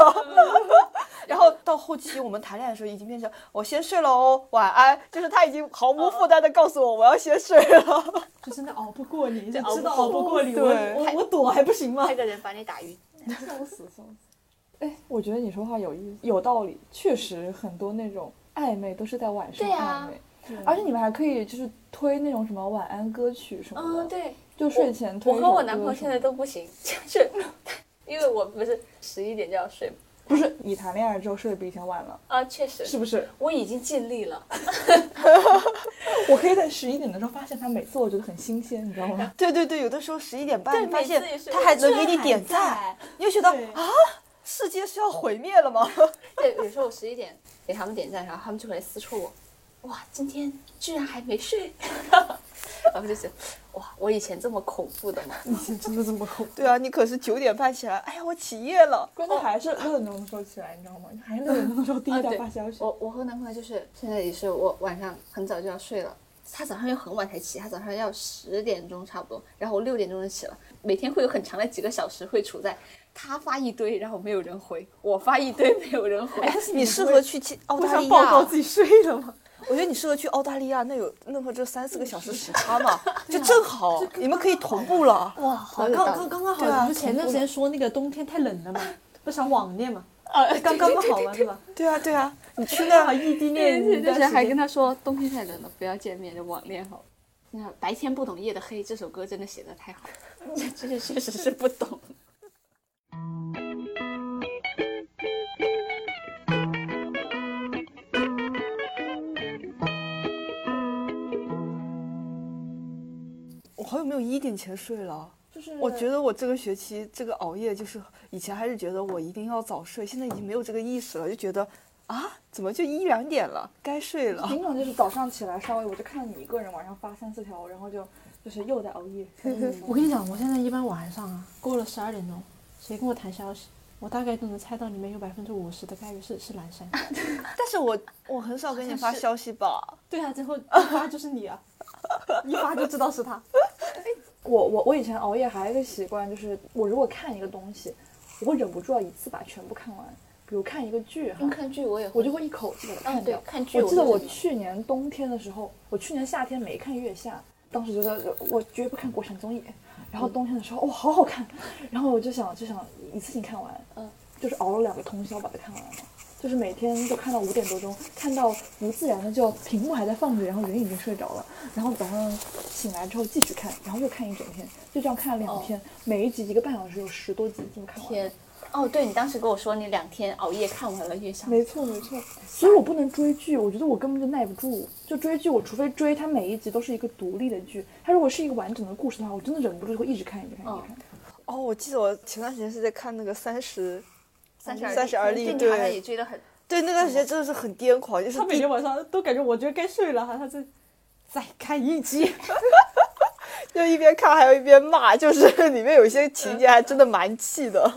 C: 然后到后期我们谈恋爱的时候，已经变成我先睡了哦，晚安。就是他已经毫无负担的告诉我我要先睡了。
D: 就真的熬不过你，就
E: 熬
D: 知
E: 不
D: 道熬不过你，我
C: 对
D: 我我躲还不行吗
E: 那？个人把你打晕，
A: 笑死笑死。哎，我觉得你说话有意思，有道理，确实很多那种暧昧都是在晚上
E: 对啊
A: 暧昧，而且你们还可以就是推那种什么晚安歌曲什么的，
E: 嗯，对。
A: 就睡前推
E: 我
A: 一首歌
E: 和我男朋友现在
A: 什么
E: 都不行，就是因为我不是十一点就要睡嘛，
A: 的不是你谈恋爱之后睡得比以前晚了，
E: 啊，确实
A: 是不是？
E: 我已经尽力了，
A: 我可以在十一点的时候发现他，每次我觉得很新鲜，你知道 吗？
C: 对对对，有的时候十一点半，
E: 对
C: 你发
E: 每次
C: 现
E: 也是
C: 他
E: 我
C: 还
E: 居
C: 能
E: 然
C: 给你
E: 还
C: 点赞
E: 在，
C: 你就觉得
D: 对
C: 啊，世界是要毁灭了吗？
E: 对，有时候我十一点给他们点赞，然后他们就会来私戳我，哇，今天居然还没睡， 然后就觉得哇，我以前这么恐怖的吗？
A: 以前真的这么恐怖。
C: 对啊，你可是九点半起来，哎呀，我起夜了。
A: 关键还是六点钟的时候起来，你知道吗？还是六点钟的时候第一条发 消息。
E: 啊我我和男朋友就是现在也是我晚上很早就要睡了。他早上又很晚才起，他早上要十点钟差不多，然后我六点钟就起了。每天会有很长的几个小时会处在他发一堆，然后没有人回，我发一堆没有人回。
C: 你适合去去澳
D: 互
C: 大
D: 相
C: 利
D: 报告
C: 亚，
D: 自己睡了吗？
C: 我觉得你适合去澳大利亚，那有那和这三四个小时时差 嘛，就正好，你们可以同步了。
D: 哇， 好
E: 有
D: 刚
E: 道理
D: 刚刚刚好，
C: 对啊
D: 不是前段时间说那个冬天太冷了嘛，不想网恋嘛，
E: 呃，
D: 刚刚不好嘛，对吧？
C: 对啊，对啊，你去
D: 刚
C: 那
D: 好
C: 儿，
D: 异地恋
E: 对，
D: 一
E: 之
D: 段时
E: 前
D: 间，
E: 还跟他说冬天太冷了，不要见面，就网恋好。那白天不懂夜的黑这首歌真的写的太好了， 这这个确实是不懂。
C: 我好久没有一点前睡了。
A: 就是
C: 我觉得我这个学期这个熬夜，就是以前还是觉得我一定要早睡，现在已经没有这个意识了，就觉得啊，怎么就一两点了，该睡了。
A: 平常就是早上起来稍微，我就看到你一个人晚上发三四条，然后就就是又在熬 夜。
D: 我跟你讲，我现在一般晚上啊，过了十二点钟，谁跟我谈消息，我大概都能猜到里面有百分之五十的概率是是蓝山。
C: 但是我我很少给你发消息吧，
D: 对啊，最后一发就是你啊，一发就知道是他。
A: 我我我以前熬夜还有一个习惯，就是我如果看一个东西，我会忍不住要一次把全部看完。比如看一个剧哈，
E: 看剧我也
A: 我就会一口气给它看掉。
E: 嗯对看剧
A: 我记得
E: 我就
A: 我
E: 是
A: 去年冬天的时候，我去年夏天没看《月下》，当时觉得呃我绝对不看国产综艺。然
E: 嗯
A: 后冬天的时候，哇、好好看， 然后我就想就想一次性看完，
E: 嗯，
A: 就是熬了两个通宵把它看完了，就是每天就看到五点多钟，看到不自然的就屏幕还在放着，然后人已经睡着了，然后早上醒来之后继续看，然后又看一整天，就这样看了两天，每一集一个半小时，有十多集，这么看完了
E: 哦天。哦，对你当时跟我说你两天熬夜看完了《月下》，
A: 没错没错，所以我不能追剧，我觉得我根本就耐不住。就追剧，我除非追它每一集都是一个独立的剧，它如果是一个完整的故事的话，我真的忍不住会一直看一直看一直看。
C: 哦，我记得我前段时间是在看那个三十，
E: 三
C: 三十
E: 十
C: 而
E: 而
C: 立
E: 对
C: 对
E: 他们也追得很。
C: 对，那段时间真的是很癫狂，就是
D: 他每
C: 第
D: 天晚上都感觉我觉得该睡了哈，他在再看一集。
C: 就一边看还有一边骂，就是里面有一些情节还真的蛮气的。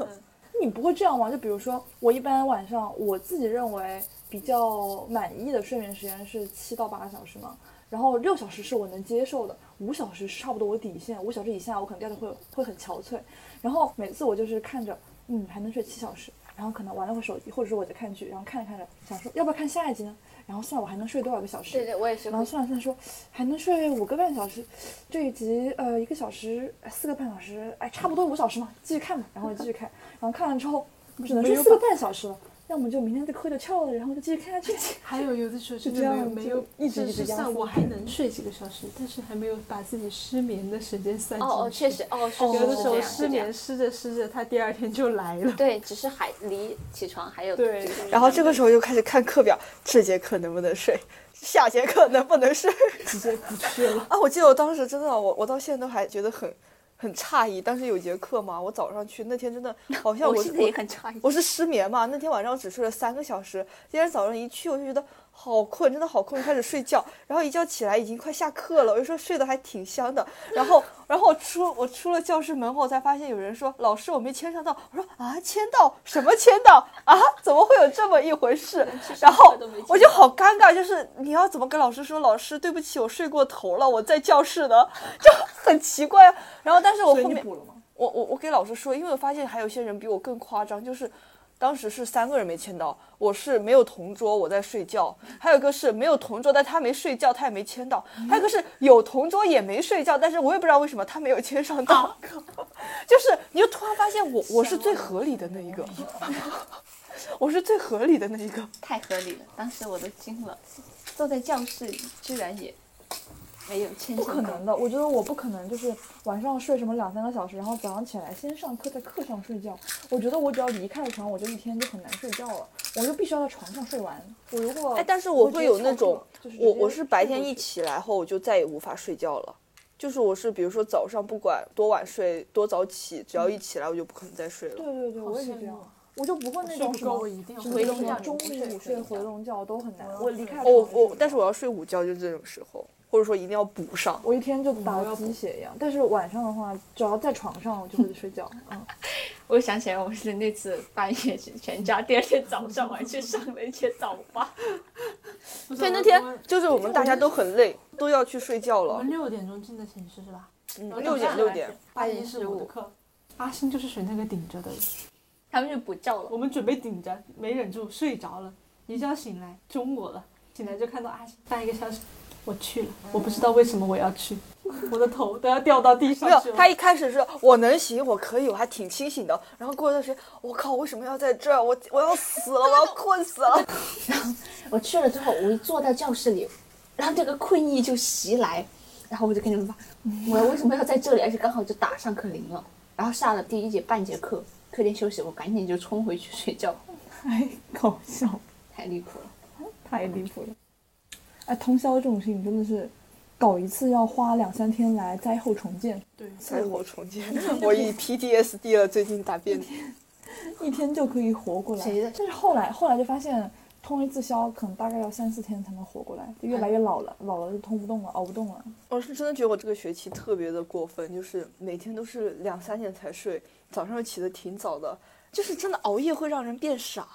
A: 你不会这样吗？就比如说，我一般晚上我自己认为比较满意的睡眠时间是七到八个小时嘛，然后六小时是我能接受的，五小时是差不多我底线，五小时以下我可能第二天会会很憔悴。然后每次我就是看着，嗯，还能睡七小时，然后可能玩了会手机，或者说我在看剧，然后看着看着想说要不要看下一集呢？然后算我还能睡多少个小时？
B: 对对，我也是会
A: 然后算了算说，还能睡五个半小时，这一集呃一个小时呃四个半小时，哎差不多五小时嘛，继续看吧，然后继续看，然后看完之后我只能睡四个半小时了，要么就明天再磕着翘了，然后就继续看下去。
D: 还有有的时候真
A: 这
D: 的没有
A: 样
D: 没
A: 就
D: 有
A: 一直一直
D: 是
A: 压
D: 算
A: 缩
D: 我还能睡几个小时，但是还没有把自己失眠的时间算进去。
B: 哦哦，确实哦，是
D: 有的
B: 是
D: 时
B: 这
D: 候
B: 样
D: 失
B: 是这样
D: 眠失着失着，他第二天就来 了。
B: 对，只是还离起床还有
D: 对
B: 这个
C: 然后这个时候就开始看课表，这节课能不能睡，下节课能不能睡
D: 直接不去了。
C: 啊？我记得我当时真的，我我到现在都还觉得很很诧异。当时有节课嘛，我早上去那天真的好像我
B: 我现在也很诧异，
C: 我是失眠嘛，那天晚上只睡了三个小时，今天早上一去我就觉得好困，真的好困，开始睡觉，然后一觉起来已经快下课了，我就说睡得还挺香的，然后然后我出我出了教室门后才发现有人说老师我没签上到，我说啊签到什么签到啊怎么会有这么一回事？然后我就好尴尬，就是你要怎么跟老师说老师对不起我睡过头了，我在教室呢， 就很奇怪啊。然后但是我后面。
A: 了吗？
C: 我我我给老师说，因为我发现还有些人比我更夸张，就是当时是三个人没签到，我是没有同桌，我在睡觉；还有一个是没有同桌，但他没睡觉，他也没签到；还有一个是有同桌也没睡觉，但是我也不知道为什么他没有签上到。 就是你就突然发现我我是最合理的那一个， 我是最合理的那一个。
B: 太合理了，当时我都惊了，坐在教室居然也没有牵
A: 不
B: 手，
A: 可能的，我觉得我不可能就是晚上睡什么两三个小时，然后早上起来先上课，在课上睡觉。我觉得我只要离开了床，我就一天就很难睡觉了，我就必须要在床上睡完。我如果
C: 哎，但是我
A: 直
C: 会
A: 接
C: 有
A: 翘
C: 那
A: 课
C: 种，
A: 就是直
C: 我
A: 接
C: 我是白
A: 睡
C: 天
A: 过
C: 一
A: 去
C: 起来后，我就再也无法睡觉了。就是我是，比如说早上不管多晚睡多早起，只要一起来我就不可能再睡了。
A: 对对对，我也是这样，我就不会那
D: 睡
A: 种
D: 不
A: 什
D: 够
A: 么
D: 啊我一定要
A: 什么
D: 回
A: 什
D: 笼
A: 么
D: 觉
A: 中
B: 我
A: 午
B: 睡
A: 睡
B: 睡
A: 回
B: 觉
A: 笼觉都很难。
D: 我
A: 我
D: 要
A: 离
D: 睡
A: 开
C: 哦，我
A: 床
C: 我
A: 睡
C: 但是
A: 觉
C: 我要睡午觉，就是这种时候，或者说一定要补上。
A: 我一天就打
D: 我
A: 了
D: 要
A: 鸡血一样。但是晚上的话，只要在床上，我就会睡 觉。嗯，
E: 我想起来，我是那次半夜去全家，第二天早上我还去上了一些早八。
C: 对，那天就是嗯我们大家都很累，都要去睡觉
D: 我
C: 了
D: 们。六点钟进的寝室是吧？
C: 嗯，六点六点，
D: 八一是我的课，阿星就是属于那个顶着的人。
E: 他们就不叫了，
D: 我们准备顶着，没忍住睡着了，一觉醒来中午了，醒来就看到阿星发一个消息，我去了，我不知道为什么我要去，我的头都要掉到地上
C: 没有
D: 去，了。
C: 他一开始是我能行，我可以，我还挺清醒的。然后过一段时间，我靠，为什么要在这儿？我我要死了，我要困死 了。
E: 我去了之后，我一坐到教室里，然后这个困意就袭来，然后我就跟你们说，嗯我为什么要在这里？而且刚好就打上课铃了，然后下了第一节半节课，课间休息，我赶紧就冲回去睡觉，
A: 太哎搞笑，
E: 太离谱了。
A: 太离谱了。哎，通宵这种事情真的是，搞一次要花两三天来灾后重建，
D: 对，
C: 灾后重建，我以 PTSD 了，最近打 遍。
A: 一天就可以活过来。
E: 谁的
A: 但是后来后来就发现。通一次宵可能大概要三四天才能活过来，就越来越老了，老了就通不动了，熬不动了。
C: 我哦是真的觉得我这个学期特别的过分，就是每天都是两三点才睡，早上又起得挺早的，就是真的熬夜会让人变傻。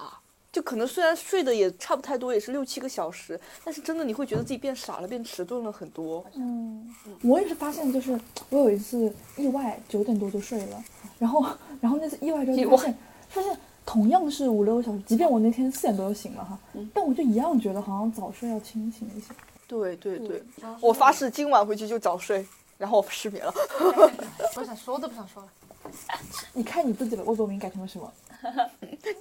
C: 就可能虽然睡的也差不太多，也是六七个小时，但是真的你会觉得自己变傻了，变迟钝了很多。
A: 嗯，我也是发现，就是我有一次意外九点多就睡了，然后然后那次意外之后发现发现同样是五六个小时，即便我那天四点多就醒了哈，但我就一样觉得好像早睡要清醒一些。
C: 对对对，我发誓今晚回去就早睡，然后我失眠了。
F: 不想说都不想说了。
A: 你看你自己的魏博明改成了什么？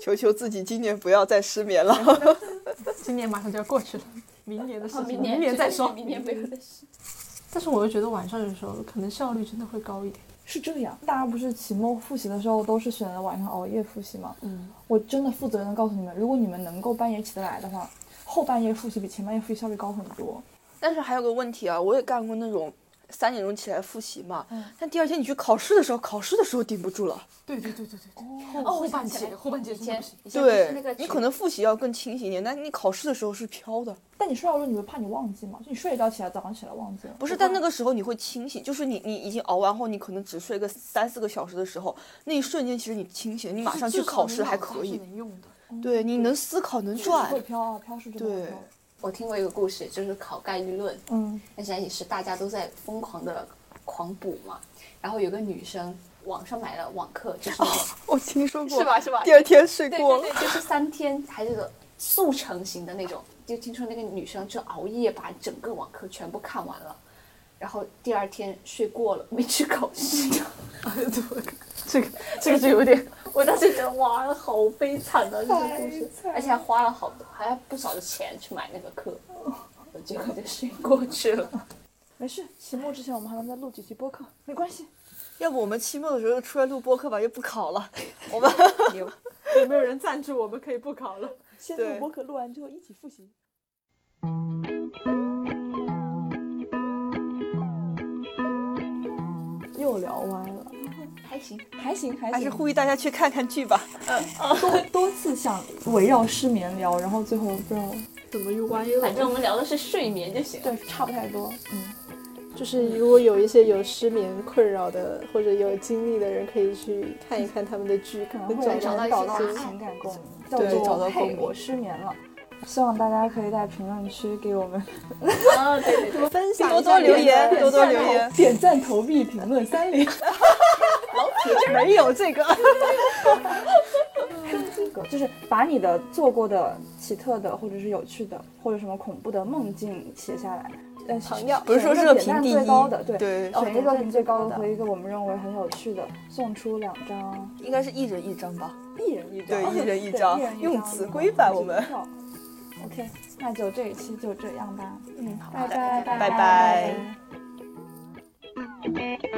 C: 求求自己今年不要再失眠了。
D: 今年马上就要过去了，明年的事情，
E: 哦明
D: 明年再说。
E: 明年不要再说。
D: 但是我又觉得晚上有时候可能效率真的会高一点。
A: 是这样，大家不是期末复习的时候都是选择晚上熬夜复习吗？
D: 嗯，
A: 我真的负责任的告诉你们，如果你们能够半夜起得来的话，后半夜复习比前半夜复习效率高很多。
C: 但是还有个问题啊，我也干过那种三点钟起来复习嘛，
A: 嗯
C: 但第二天你去考试的时候，考试的时候顶不住了。
D: 对对对对对，
E: 哦，我
D: 后
E: 想
D: 半
E: 起来
D: 截，后半截
E: 以
D: 真的
E: 前
D: 不行。
E: 以前不是那
C: 对
E: 个，
C: 你可能复习要更清醒一点，但你考试的时候是飘的。
A: 但你睡觉的时候，你会怕你忘记吗？就你睡一觉起来，早上起来忘记了。
C: 不是，但那个时候你会清醒，就是你你已经熬完后，你可能只睡个三四个小小时的时候，那一瞬间其实你清醒，你马上去考试还可以，
D: 能用的。
C: 对，你能思考能转
A: 会。飘啊，飘是真的会
C: 对
A: 飘。
E: 我听过一个故事，就是考概率论，
A: 嗯，
E: 那时候也是大家都在疯狂的狂补嘛。然后有个女生，网上买了网课，就是那种
C: 我听说过，
B: 是？吧？是吧？
C: 第二天睡
E: 对
C: 过
E: 对
C: 了，
E: 对，就是三天还是速成型的那种。就听说那个女生就熬夜把整个网课全部看完了，然后第二天睡过了，没去考试。 这个这个就有点， 我当时觉得哇，好悲惨啊，这个故事，而且还花了好多，还不少的钱去买那个课，结果就睡过去了。
A: 没事，期末之前我们还能再录几期播客，没关系。
C: 要不我们期末的时候就出来录播客吧，又不考了。我们
D: 有没有人赞助我们可以不考了？
A: 先
C: 对
A: 录播客，录完之后一起复习。又聊歪了，
E: 还行，
A: 还行还行，
C: 还是呼吁大家去看看剧吧。
A: 多多次想围绕失眠聊，然后最后不知道
D: 怎么啊又歪了
E: 反？正我们聊的是睡眠就行了。
A: 对差不太多，嗯，
D: 就是如果有一些有失眠困扰的或者有经历的人，可以去看一看他们的剧，
A: 可能
D: 能
A: 会
D: 找
A: 找
D: 到
A: 到
E: 一
A: 找
E: 些
A: 到
E: 答
A: 情感共鸣，叫
C: 对
A: 做
C: 找到
A: 嘿
C: 共鸣
A: 我失眠了。希望大家可以在评论区给我们
E: 啊， 对对对，
D: 分享一下
C: 多多留
D: 你的
C: 言，多多留言。
A: 点赞、投币、评论三连。
C: 没有这个，
A: 就是把你的做过的奇特的，或者是有趣的，或者什么恐怖的梦境写下来。呃，
D: 朋友
C: 不是说
A: 选一个
C: 热
A: 点赞
C: 评第一
A: 最高的，对，
C: 对
A: 选一个热评最高
F: 的
A: 的和一个我们认为很有趣 的，送出两张，
C: 应该是一人一张吧。
A: 一人一张，
C: 对一人一
A: 对
C: 张
A: 一人一
C: 用
A: 张
C: 词规范我
A: 投
C: 们
A: 票 OK，那就这一期就这样吧，
E: 嗯，好
A: 拜
E: 的
A: 拜
E: 拜
A: 拜
C: 拜
E: 拜
C: 拜